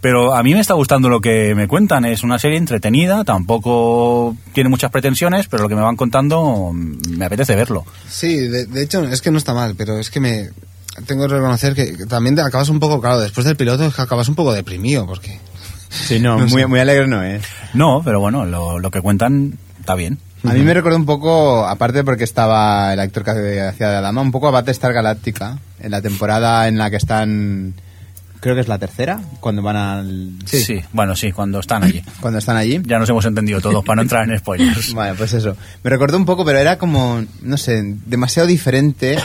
Pero a mí me está gustando lo que me cuentan. Es una serie entretenida, tampoco tiene muchas pretensiones, pero lo que me van contando mm, me apetece verlo.
Sí, de, de hecho es que no está mal, pero es que me tengo que reconocer que que también te acabas un poco, claro, después del piloto es que acabas un poco deprimido, porque
Sí, no, muy, muy alegre no ¿eh? es.
No, pero bueno, lo, lo que cuentan está bien.
A mí me recordó un poco, aparte porque estaba el actor que hacía de la dama, un poco a Battlestar Galáctica, en la temporada en la que están... Creo que es la tercera, cuando van al...
bueno, sí, cuando están allí.
Cuando están allí.
Ya nos hemos entendido todos para no entrar en spoilers.
Vale, pues eso. Me recordó un poco, pero era como, no sé, demasiado diferente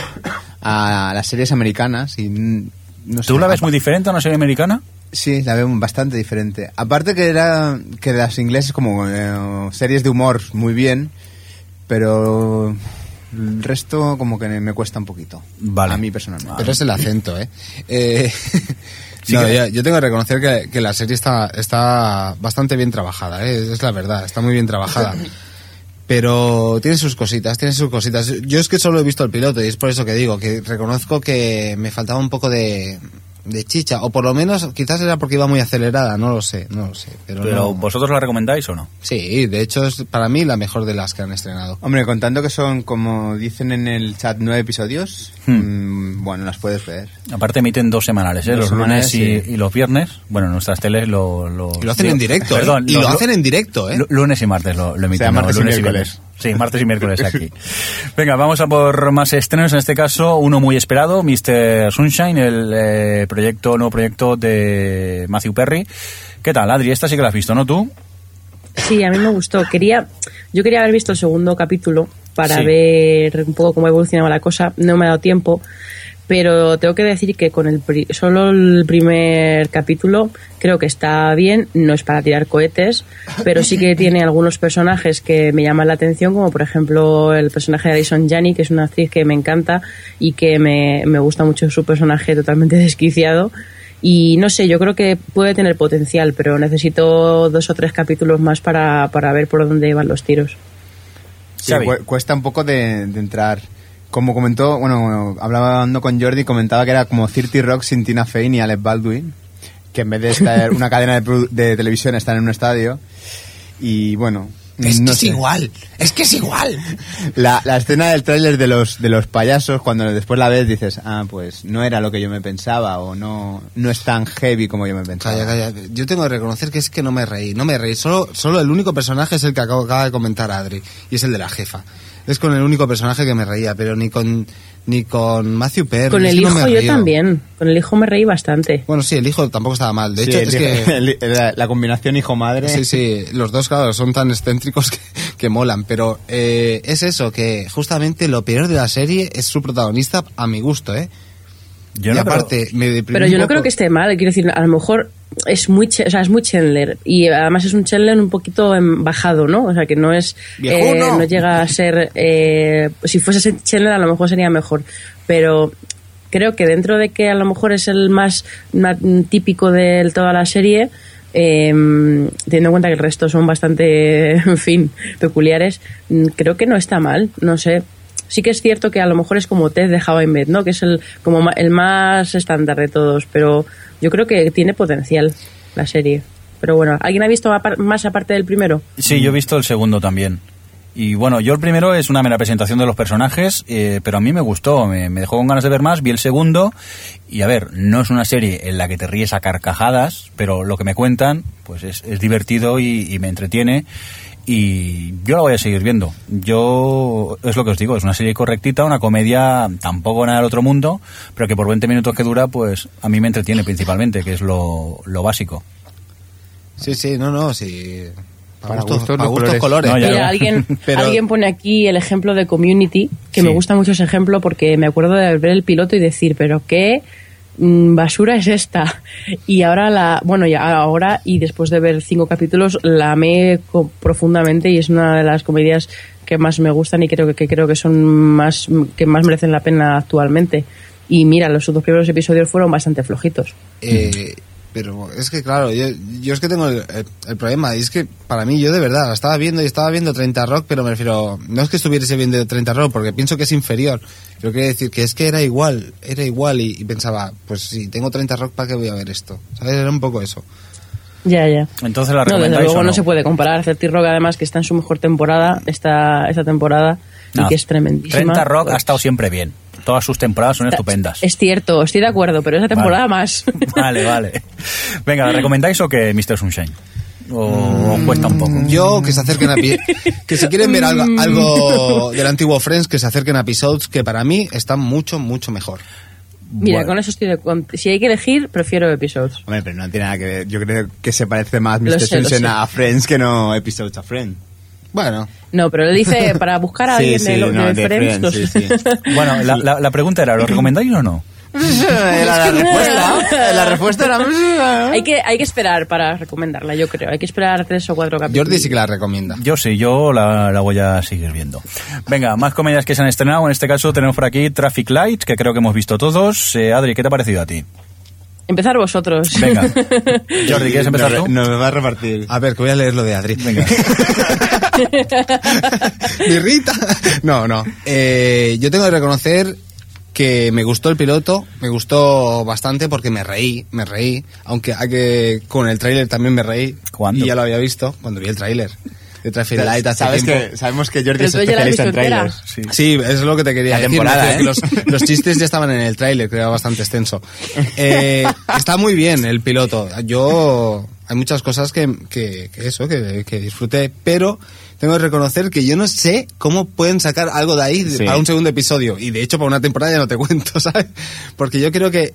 a las series americanas y mm, no sé.
¿Tú la ves muy diferente a una serie americana?
Sí, la veo bastante diferente. Aparte que era que las ingleses como eh, series de humor muy bien, pero el resto como que me cuesta un poquito.
Vale.
A mí personalmente.
pero es el acento, ¿eh? Eh,
Sí
No,
que-
yo, yo tengo que reconocer que, que la serie está, está bastante bien trabajada, ¿eh? es la verdad, está muy bien trabajada. Pero tiene sus cositas, tiene sus cositas. Yo es que solo he visto el piloto y es por eso que digo, que reconozco que me faltaba un poco de, de chicha, o por lo menos quizás era porque iba muy acelerada, no lo sé, no lo sé. Pero,
Pero
no-
vosotros la recomendáis o no?
Sí, de hecho es para mí la mejor de las que han estrenado.
Hombre, contando que son, como dicen en el chat, nueve episodios,
Hmm.
mm, bueno, las puedes ver.
Aparte emiten dos semanales, ¿eh?
Dos
los
semanales,
lunes y,
sí.
y los viernes. Bueno, nuestras teles lo, lo,
Y lo hacen en directo, ¿eh?
Perdón,
Y
los
lo
lu-
hacen en directo, ¿eh?
lu- Lunes y martes lo, lo emiten.
sea, martes y
lunes
miércoles.
viernes. Sí, martes y miércoles aquí. Venga, vamos a por más estrenos. En este caso, uno muy esperado, Mr. Sunshine, el eh, proyecto, nuevo proyecto de Matthew Perry. ¿Qué tal, Adri? Esta sí que la has visto, ¿no tú?
Sí, a mí me gustó. Quería, yo quería haber visto el segundo capítulo para
Sí.
ver un poco cómo evolucionaba la cosa. No me ha dado tiempo, pero tengo que decir que con el pri- solo el primer capítulo creo que está bien. No es para tirar cohetes, pero sí que tiene algunos personajes que me llaman la atención, como por ejemplo el personaje de Alison Janney, que es una actriz que me encanta y que me, me gusta mucho su personaje totalmente desquiciado. Y no sé, yo creo que puede tener potencial, pero necesito dos o tres capítulos más para, para ver por dónde van los tiros.
Sí,
Xavi.
cu- cuesta un poco de, de entrar. Como comentó, bueno, bueno, hablaba hablando con Jordi, comentaba que era como 30 Rock sin Tina Fey ni Alex Baldwin, que en vez de estar una cadena de, produ- de televisión está en un estadio. Y bueno, no sé.
es que es igual.
La, la escena del tráiler de los, de los payasos, cuando después la ves dices, ah, pues no era lo que yo me pensaba o no, no es tan heavy como yo me pensaba.
Calla, calla. Yo tengo que reconocer que es que no me reí, no me reí. Solo, solo el único personaje es el que acabo- acaba de comentar Adri, y es el de la jefa. Es con el único personaje que me reía, pero ni con ni con Matthew Perry.
Con
es
el
que no
hijo
me he
yo
reído.
también. Con el hijo me reí bastante.
Bueno, sí, el hijo tampoco estaba mal. De
Sí,
hecho,
el
es
hijo-
que...
el- la, la combinación hijo-madre.
Sí, sí, los dos, claro, son tan excéntricos que, que molan, pero eh, es eso, que justamente lo peor de la serie es su protagonista, a mi gusto, ¿eh?
Yo
y
no, pero-
aparte, me deprimí
Pero
un
yo no
poco.
creo que esté mal, quiero decir, a lo mejor es muy, Ch- o sea, es muy Chandler y además es un Chandler un poquito em, bajado, ¿no? O sea, que no es eh,
¡Viejuno!
no llega a ser eh, si fuese ese Chandler a lo mejor sería mejor, pero creo que dentro de que a lo mejor es el más na- típico de toda la serie em, teniendo en cuenta que el resto son bastante, en fin, peculiares, mm, creo que no está mal, no sé. Sí que es cierto que a lo mejor es como Ted de Java Med, ¿no? Que es el, como ma- el más estándar de todos, pero yo creo que tiene potencial la serie. Pero bueno, ¿alguien ha visto apar- más aparte del primero?
Sí, yo he visto el segundo también. Y bueno, yo el primero es una mera presentación de los personajes, eh, pero a mí me gustó, me, me dejó con ganas de ver más, vi el segundo y a ver, no es una serie en la que te ríes a carcajadas, pero lo que me cuentan pues es, es divertido y, y me entretiene y yo la voy a seguir viendo. Yo, es lo que os digo, es una serie correctita, una comedia tampoco nada del otro mundo, pero que por 20 minutos que dura pues a mí me entretiene principalmente, que es lo, lo básico.
Sí, sí, no, no, sí. Para,
Para
gustos,
gustos
para
los
gustos colores.
colores.
No, ya.
Mira,
lo-
alguien,
pero-
alguien pone aquí el ejemplo de Community, que
Sí.
me gusta mucho ese ejemplo porque me acuerdo de ver el piloto y decir, pero qué mm, basura es esta. Y ahora la, bueno, ya ahora y después de ver cinco capítulos la amé co- profundamente y es una de las comedias que más me gustan y creo que, que creo que son más que más merecen la pena actualmente. Y mira, los dos primeros episodios fueron bastante flojitos.
Eh, pero es que, claro, yo, yo es que tengo el, el- el problema. Y es que para mí, yo de verdad, la estaba viendo y estaba viendo 30 Rock, pero me refiero. No es que estuviese viendo 30 Rock, porque pienso que es inferior. Yo quería decir que es que era igual, era igual. Y, y pensaba, pues si tengo 30 Rock, ¿para qué voy a ver esto? ¿Sabes? Era un poco eso.
Ya, ya.
Entonces la
No, desde
recomendáis
luego
o
no?
no?
se puede comparar. Certi Rock, además, que está en su mejor temporada esta, esta temporada
No,
y que es tremendísima.
30 Rock
Pues,
ha estado siempre bien. Todas sus temporadas son estupendas.
Es cierto, estoy de acuerdo, pero esa temporada más.
Vale, vale. Venga, ¿recomendáis o qué, Mr. Sunshine? O os cuesta un poco.
Yo, que se acerquen a. pi- que si quieren ver algo, algo del antiguo Friends, que se acerquen a episodes que para mí están mucho, mucho mejor.
Mira,
Bueno,
con eso estoy de con- Si hay que elegir, prefiero episodios.
Hombre, pero no tiene nada que ver. Yo creo que se parece más
Lo
Mr.
sé, lo
Simpson
sé.
a Friends que no Episodes a Friends.
Bueno,
No, pero le dice para buscar a
Sí,
alguien de,
sí,
lo-
no,
de
de
Friends. pues,
Friends,
los-
sí, sí.
Bueno, la, la- la pregunta era, ¿lo recomendáis o no?
Era la respuesta. La respuesta era...
hay, que, hay que esperar para recomendarla, yo creo. Hay que esperar tres o cuatro capítulos.
Jordi sí que la recomienda.
Yo sí, yo la, la voy a seguir viendo. Venga, más comedias que se han estrenado. En este caso tenemos por aquí Traffic Light, que creo que hemos visto todos. Eh, Adri, ¿qué te ha parecido a ti?
Empezar vosotros.
Venga. Jordi, ¿quieres empezar
Nos-
tú?
Nos va a repartir.
A ver, que voy a leer lo de Adri.
Venga.
Birrita. No, no. Eh, yo tengo que reconocer que me gustó el piloto, me gustó bastante porque me reí, me reí. Aunque hay que con el tráiler también me reí.
¿Cuándo?
Y ya lo había visto cuando vi el tráiler. De Traffic Light hace
Sabes
tiempo.
que, sabemos que Jordi
Pero
es
tú ya la has
especialista en
visto entera.
trailers.
Sí.
Sí, es lo que te quería
La
decir.
temporada,
me decía
¿eh?
que los, los chistes ya estaban en el tráiler, que era bastante extenso. Eh, está muy bien el piloto. Yo hay muchas cosas que, que- que eso que, que disfruté, pero tengo que reconocer que yo no sé cómo pueden sacar algo de ahí
Sí.
para un segundo episodio y de hecho para una temporada ya no te cuento, ¿sabes? Porque yo creo que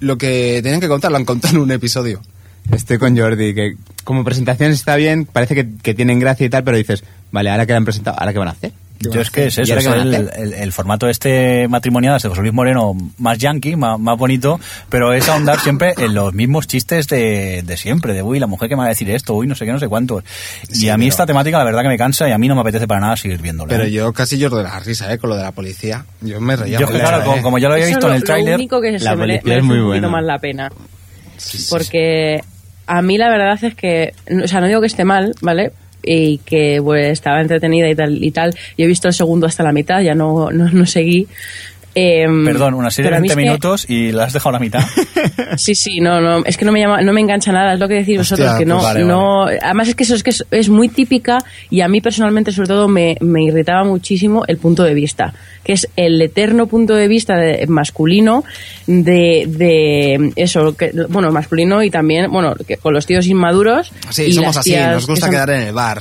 lo que tenían que contar lo han contado en un episodio.
Estoy con Jordi, que como presentación está bien, parece que, que tienen gracia y tal, pero dices, vale, ahora que la han presentado, ¿ahora qué van a hacer?
Yo es que es
¿Y
eso,
ahora
es
qué van a
el,
hacer?
el- el formato este matrimonial de José Luis Moreno, más yankee, más, más bonito, pero es ahondar siempre en los mismos chistes de, de siempre, de uy, la mujer que me va a decir esto, uy, no sé qué, no sé cuántos. y a mí esta temática la verdad que me cansa y a mí no me apetece para nada seguir viéndola.
Pero
¿eh? yo,
yo casi lloro de la risa, ¿eh? Con lo de la policía. Yo me reía.
es que,
mucho,
claro,
¿eh?
como, como ya lo había
Eso
visto en
lo-
el
Lo
tráiler,
único que
la
se mere-
policía
merece
es muy
un poquito
buena.
más la pena. porque a mí la verdad es que, o sea, no digo que esté mal, ¿vale? Y que pues, estaba entretenida y tal y tal. Yo he visto el segundo hasta la mitad, ya no, no, no seguí. Em,
perdón, una serie
pero
de
a mí
20
es que-
minutos y la has dejado a la mitad.
Sí, sí, no, no, es que no me llama, no me engancha nada, es lo que decís vosotros, que no,
pues vale,
no, además es que eso es que es, es muy típica y a mí personalmente sobre todo me, me irritaba muchísimo el punto de vista, que es el eterno punto de vista de- masculino de, de eso, que, bueno, masculino y también, bueno, que con los tíos inmaduros.
Sí,
y
somos
las
así,
tías
nos
que
gusta
son-
quedar en el bar.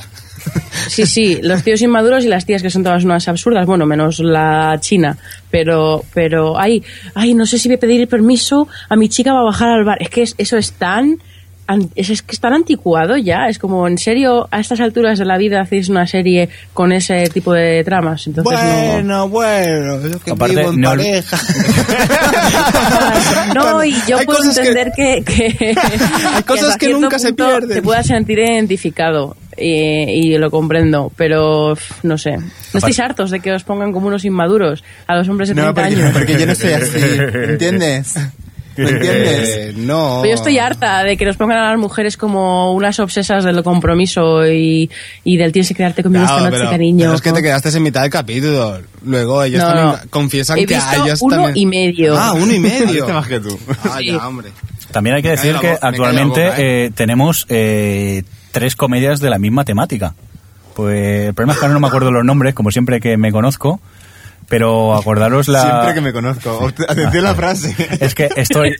Sí, sí, los tíos inmaduros y las tías que son todas unas absurdas, bueno, menos la china, pero, pero, ay, ay, no sé si voy a pedir permiso a mi chica para bajar al bar. Es que es- eso es tan, an- es, es que es tan anticuado ya, es como, en serio, a estas alturas de la vida hacéis una serie con ese tipo de tramas, entonces no...
bueno, yo que
Aparte,
vivo en
no-
pareja.
No, y yo
Hay
puedo
cosas que-
entender que, que,
Hay cosas
hasta
que
cierto
nunca se
punto
pierden.
Te puedas sentir identificado eh, y, lo comprendo, pero pff, no sé. No estáis hartos de que os pongan como unos inmaduros a los hombres de 30
No, porque,
años.
porque yo no soy así, ¿entiendes? ¿Me entiendes?
Eh, no.
Pero yo estoy harta de que nos pongan a las mujeres como unas obsesas del compromiso y, y del tienes que quedarte conmigo
Claro,
esta noche,
pero-
cariño.
pero es que te quedaste en mitad del capítulo. Luego ellos
No,
también
no.
confiesan
He
que a
visto
ellos
uno
también-
y medio.
Ah, uno y medio.
Viste más que tú.
Ah,
Sí.
ya, hombre.
También hay que
Me
decir
cae la
que
bo- me cae la
actualmente
boca, ¿eh?
eh, tenemos eh, tres comedias de la misma temática. Pues el problema es que ahora no me acuerdo los nombres, como siempre que me conozco, pero acordaros la...
Siempre que me conozco. Ot- Atención a la frase.
Es que estoy.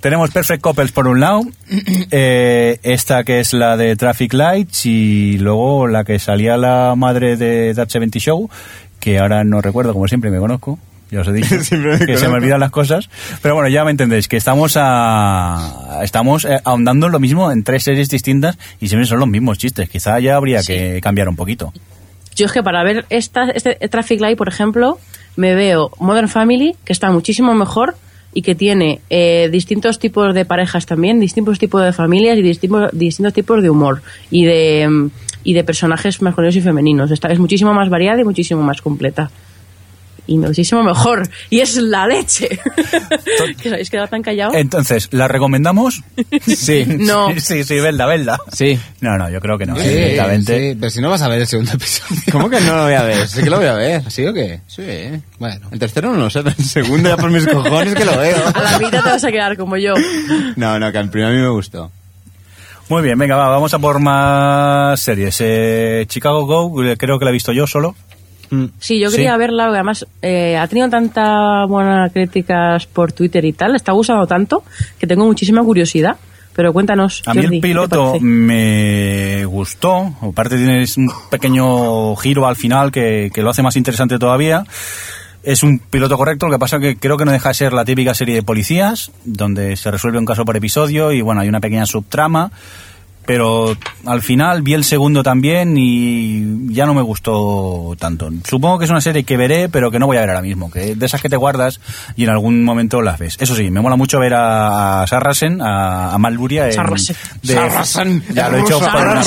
Tenemos Perfect Couples por un lado, eh, esta que es la de Traffic Lights y luego la que salía la madre de That 70 Show, que ahora no recuerdo, como siempre me conozco. Ya os he dicho que
Siempre me
se me
conozco.
olvidan las cosas. Pero bueno, ya me entendéis, que estamos a, estamos eh, ahondando en lo mismo en tres series distintas y siempre son los mismos chistes. Quizá ya habría
Sí.
que cambiar un poquito.
Yo es que para ver esta, este Traffic Light, por ejemplo, me veo Modern Family, que está muchísimo mejor y que tiene eh, distintos tipos de parejas también, distintos tipos de familias y distintos, distintos tipos de humor y de, mm, y de personajes masculinos y femeninos. Esta es muchísimo más variada y muchísimo más completa. Y muchísimo mejor. Y es la leche. que os habéis quedado tan callados.
Entonces, ¿la recomendamos? Sí.
No.
Sí, sí, velda, velda.
Sí.
No, no, yo creo que no.
Sí,
directamente.
sí, pero si no vas a ver el segundo episodio.
¿Cómo que no lo voy a ver? Sí que lo voy a ver.
¿Sí o qué?
Sí.
Bueno.
El tercero no lo sé, pero el segundo ya por mis cojones que lo veo.
A la mitad te vas a quedar como yo.
No, no, que el primero a mí me gustó.
Muy bien, venga, va, vamos a por más series. Eh, Chicago Go, eh, creo que la he visto yo solo.
Sí, yo quería
Sí.
verla, porque además eh, ha tenido tantas buenas críticas por Twitter y tal, está gustando tanto que tengo muchísima curiosidad. Pero cuéntanos.
A mí
Jordi,
el
¿qué te
piloto
parece?
me gustó. Aparte tienes un pequeño giro al final que, que lo hace más interesante todavía. Es un piloto correcto, lo que pasa que creo que no deja de ser la típica serie de policías, donde se resuelve un caso por episodio y bueno, hay una pequeña subtrama. Pero al final vi el segundo también y ya no me gustó tanto. Supongo que es una serie que veré, pero que no voy a ver ahora mismo. Que de esas que te guardas y en algún momento las ves. Eso sí, me mola mucho ver a Sarrasen, a, a Matt Luria en-
Sarrasen.
de- Ya lo he hecho
Sarrasen.
para una-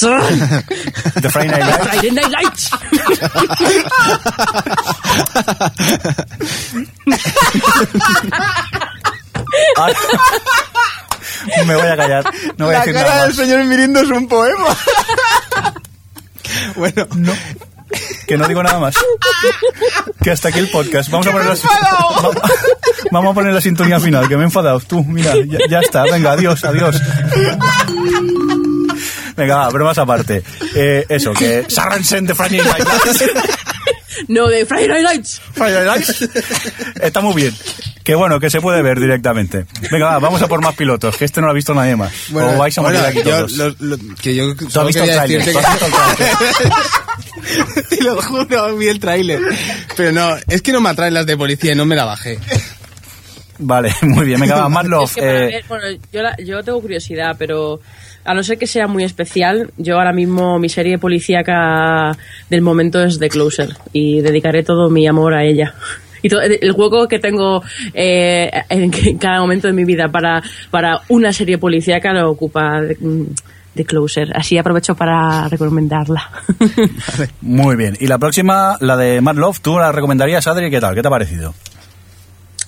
de Friday Night Lights.
Friday Night Lights.
Ahora- Ah. Me voy a callar. No voy a
la
decir
cara
nada
del
más.
señor Mirindo es un poema. bueno,
Que no digo nada más. Que hasta aquí el podcast. Vamos a poner la... Va- Vamos a poner la sintonía final, que me he enfadado. Tú, mira, ya, ya está. Venga, adiós, adiós. Venga, va, bromas aparte. Eh, eso, que... Sarrensen de Franny
No, de Friday Night Lights.
Está muy bien. Que bueno, que se puede ver directamente. Venga, va, vamos a por más pilotos, que este no lo ha visto nadie más. o vais a morir
bueno,
aquí
yo
todos.
lo- lo- que yo
Tú has
solo
visto el
quería
tráiler,
decirte
tú has visto el tráiler.
Te lo juro, vi el tráiler. Pero no, es que no me atraen las de policía y no me la bajé.
Vale, muy bien. Venga, va, Marloff.
Es que para
eh,
ver, bueno, yo, la- yo tengo curiosidad, pero a no ser que sea muy especial, yo ahora mismo mi serie policíaca del momento es The Closer y dedicaré todo mi amor a ella. Y todo, eh, el hueco que tengo eh, en, que- en cada momento de mi vida para, para una serie policíaca lo ocupa mm, The Closer. Así aprovecho para recomendarla.
Muy bien. Y la próxima, la de Mad Love, tú la recomendarías, Adri, ¿qué tal? ¿Qué te ha parecido?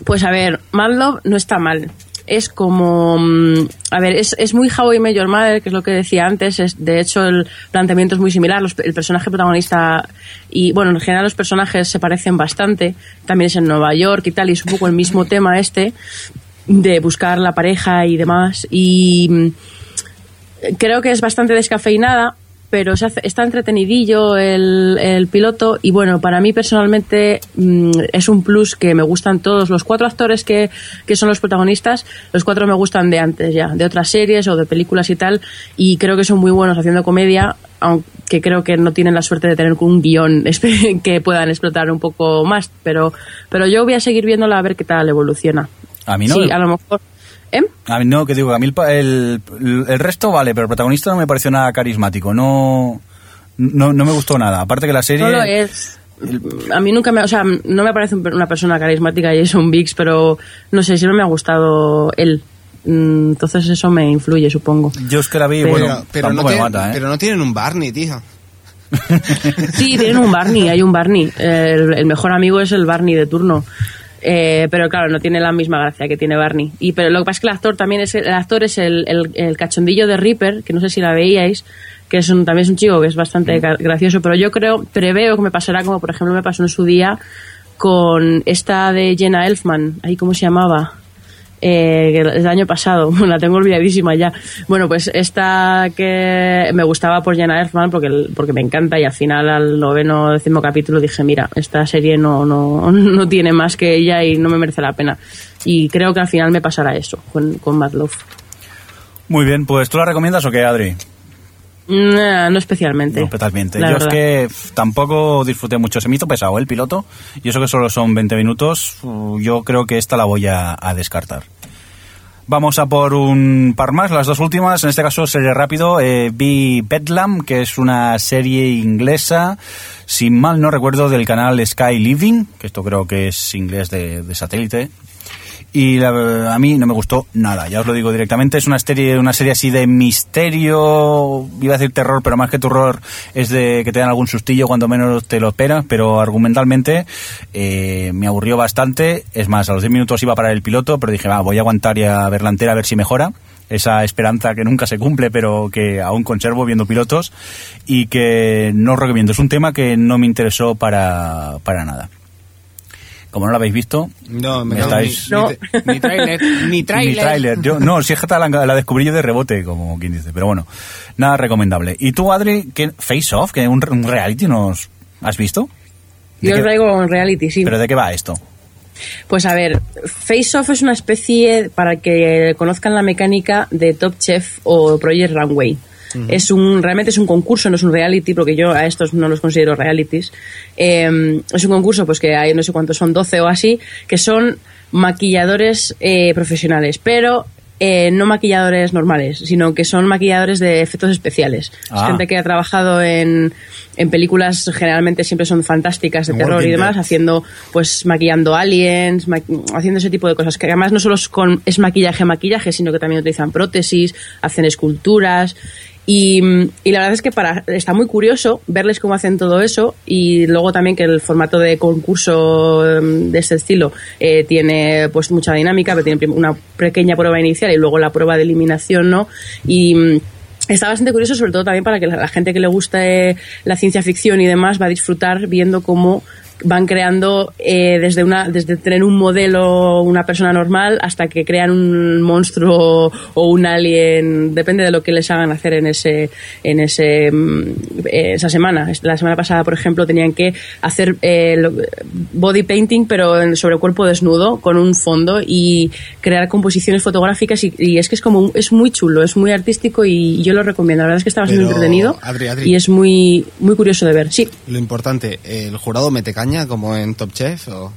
Pues a ver, Mad Love no está mal. Es como. mm, A ver, es, es muy How I Met Your Mother, que es lo que decía antes. Es, de hecho, el planteamiento es muy similar. Los pe- el personaje protagonista y, bueno, en general los personajes se parecen bastante. También es en Nueva York y tal, y es un poco el mismo tema este de buscar la pareja y demás. Y. mm, creo que es bastante descafeinada, pero se hace- está entretenidillo el, el piloto y bueno, para mí personalmente mm, es un plus que me gustan todos los cuatro actores que, que son los protagonistas, los cuatro me gustan de antes ya, de otras series o de películas y tal, y creo que son muy buenos haciendo comedia, aunque creo que no tienen la suerte de tener un guión espe- que puedan explotar un poco más, pero, pero yo voy a seguir viéndola a ver qué tal evoluciona.
A mí no.
Sí, a lo mejor. ¿Eh?
A mí no, que digo, a mí el, pa- el, el resto vale, pero el protagonista no me pareció nada carismático. No, no, no me gustó nada. Aparte que la serie.
No lo es. A mí nunca me. O sea, no me parece un per- una persona carismática Jason Biggs, pero no sé, siempre me ha gustado él. Mm, Entonces eso me influye, supongo.
Yo es que la vi,
Pero-
bueno,
pero, no
tampoco me
tienen,
mata, ¿eh?
pero no tienen un Barney, tío.
Sí, tienen un Barney, hay un Barney. El, el mejor amigo es el Barney de turno. Eh, pero claro, no tiene la misma gracia que tiene Barney. Y pero lo que pasa es que el actor también es el, el actor es el, el- el cachondillo de Reaper, que no sé si la veíais, que es un, también es un chico que es bastante ca- gracioso, pero yo creo, preveo que me pasará como por ejemplo me pasó en su día con esta de Jenna Elfman, ahí cómo se llamaba eh, que el año pasado, la tengo olvidadísima ya. Bueno, pues esta que me gustaba por Jenna Erfman porque, el- porque me encanta y al final al noveno décimo capítulo dije, mira, esta serie no, no, no tiene más que ella y no me merece la pena. Y creo que al final me pasará eso con, con Mad Love.
Muy bien, pues tú la recomiendas o qué, Adri?
Nah, no especialmente.
No, totalmente.
la
Yo
verdad.
es que pf, tampoco disfruté mucho. Se me hizo pesado ¿eh? el piloto. Y eso que solo son 20 minutos, uh, yo creo que esta la voy a, a descartar. Vamos a por un par más, las dos últimas. En este caso, serie rápido. Eh, vi Bedlam, que es una serie inglesa, si mal no recuerdo, del canal Sky Living, que esto creo que es inglés de- de satélite, y la- a mí no me gustó nada, ya os lo digo directamente. Es una serie, una serie así de misterio, iba a decir terror, pero más que terror es de que te dan algún sustillo cuando menos te lo esperas, pero argumentalmente eh, me aburrió bastante. Es más, a los 10 minutos iba a parar el piloto, pero dije, va, voy a aguantar y a verla entera a ver si mejora esa esperanza que nunca se cumple, pero que aún conservo viendo pilotos y que no os recomiendo. Es un tema que no me interesó para, para nada. Como no lo habéis visto,
No, me
estáis...
No.
Ni, ni trailer. Ni
Ni tráiler. Yo, no, si es que esta la, la descubrí yo de rebote, como quien dice. Pero bueno, nada recomendable. ¿Y tú, Adri, que Face Off, que un, un reality nos has visto? ¿De
Yo
qué-
os traigo un reality, sí.
¿Pero de qué va esto?
Pues a ver, Face Off es una especie, para que conozcan la mecánica, de Top Chef o Project Runway. Es un, realmente es un concurso, no es un reality, porque yo a estos no los considero realities. Eh, es un concurso, pues que hay no sé cuántos son, 12 o así, que son maquilladores eh, profesionales, pero eh, no maquilladores normales, sino que son maquilladores de efectos especiales.
Ah.
Es gente que ha trabajado en, en películas, generalmente siempre son fantásticas, de
En
terror y
Walking
demás,
Dead.
haciendo pues maquillando aliens, ma- haciendo ese tipo de cosas, que además no solo es, con, es maquillaje maquillaje, sino que también utilizan prótesis, hacen esculturas Y, mm, y la verdad es que para, está muy curioso verles cómo hacen todo eso y luego también que el formato de concurso mm, de este estilo eh, tiene pues mucha dinámica, pero tiene prim- una pequeña prueba inicial y luego la prueba de eliminación, ¿no? Y mm, está bastante curioso, sobre todo también para que la, la gente que le gusta eh, la ciencia ficción y demás va a disfrutar viendo cómo van creando eh, desde una desde tener un modelo una persona normal hasta que crean un monstruo o un alien depende de lo que les hagan hacer en ese en ese mm, eh, esa semana la semana pasada por ejemplo tenían que hacer eh, lo- body painting pero en- sobre cuerpo desnudo con un fondo y crear composiciones fotográficas y, y es que es como un- es muy chulo es muy artístico y yo lo recomiendo la verdad es que está bastante
Pero,
entretenido
Adri, Adri.
y es muy muy curioso de ver sí
Lo importante, ¿el jurado mete caña como en Top Chef? O...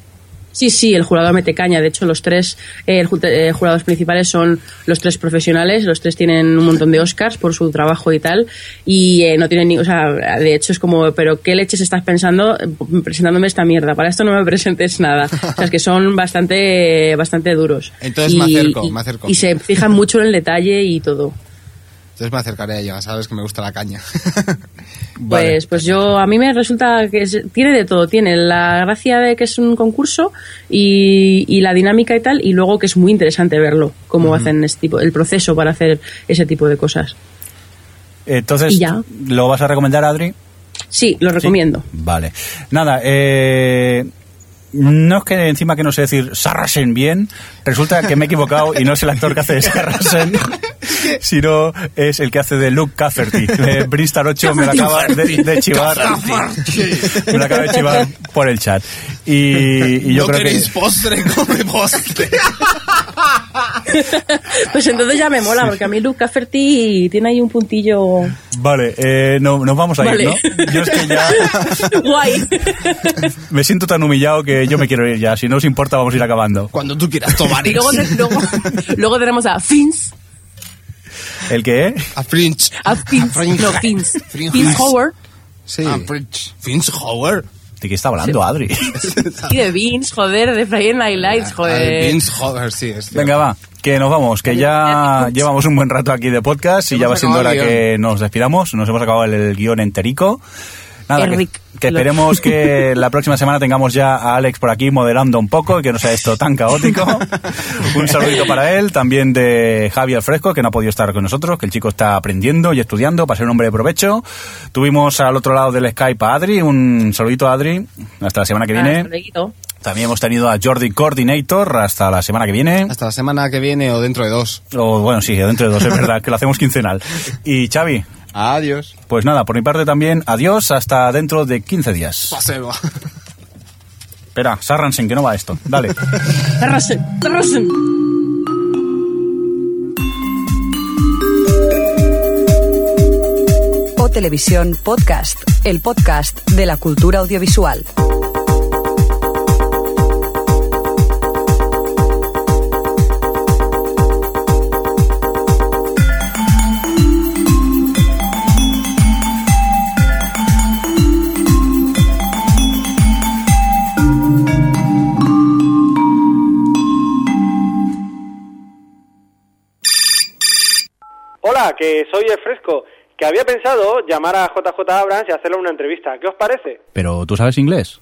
Sí, sí, el jurado mete caña. De hecho, los tres eh, el ju- eh, jurados principales son los tres profesionales. Los tres tienen un montón de Oscars por su trabajo y tal. Y eh, no tienen ni. O sea, de hecho, es como, ¿pero qué leches estás pensando eh, presentándome esta mierda? Para esto no me presentes nada. O sea, es que son bastante, bastante duros.
Entonces me acerco, me acerco.
Y se fijan mucho en el detalle y todo.
Entonces me acercaré yo, sabes que me gusta la caña.
Pues, pues yo, a mí me resulta que es- tiene de todo. Tiene la gracia de que es un concurso y, y la dinámica y tal, y luego que es muy interesante verlo, cómo hacen este tipo, el proceso para hacer ese tipo de cosas.
Entonces,
Y ya.
¿lo vas a recomendar, Adri?
Sí, lo
Sí.
recomiendo.
Vale. Nada, eh, No es que encima que no sé decir Sarrasen bien, resulta que me he equivocado y no es el actor que hace de Sarrasen, sino es el que hace de Luke Cafferty. De Bristar 8 me lo acaba de, de chivar. Me lo acaba de chivar por el chat. Y, y yo
¿No
creo que.
queréis postre? Come postre.
Pues entonces ya me mola, porque a mí Luke Cafferty tiene ahí un puntillo
Vale, eh, no, nos vamos a
Vale.
ir, ¿no? Yo es que ya
guay.
me siento tan humillado que yo me quiero ir ya. Si no os importa, vamos a ir acabando.
Cuando tú quieras, tomar
Y luego, te- luego, luego tenemos a Fins,
¿El que
A Fringe.
a Fins,
Fringe.
no, Fins,
Fringe.
Fins Howard
Sí.
Ah,
A Fringe. Fringe Howard.
¿De qué está hablando, Adri?
y de Vince, joder, de Friday Night Lights,
A
joder.
Vince Howard, Ah, sí, es cierto.
Venga, va, que nos vamos, que ya llevamos un buen rato aquí de podcast y ya va
Hemos
siendo hora
acabado el
que nos despidamos. Nos hemos acabado el, el guión enterico. Nada, que,
Enric.
que esperemos que la próxima semana tengamos ya a Alex por aquí moderando un poco y que no sea esto tan caótico. un saludito para él, también de Javier Fresco, que no ha podido estar con nosotros, que el chico está aprendiendo y estudiando para ser un hombre de provecho. Tuvimos al otro lado del Skype a Adri, un saludito a Adri, hasta la semana que
Ah,
viene.
saludito.
También hemos tenido a Jordi Coordinator, hasta la semana que viene.
Hasta la semana que viene o dentro de dos.
O bueno, sí, dentro de dos, es verdad, que lo hacemos quincenal. Y Xavi,
Adiós.
pues nada, por mi parte también, adiós, hasta dentro de 15 días.
Paseo.
Espera, Sarransen, que no va esto. Dale.
Terrasen, Terrasen.
O Televisión Podcast, el podcast de la cultura audiovisual.
Hola, que soy el Fresco, que había pensado llamar a JJ Abrams y hacerle una entrevista. ¿Qué os parece?
Pero, ¿tú sabes inglés?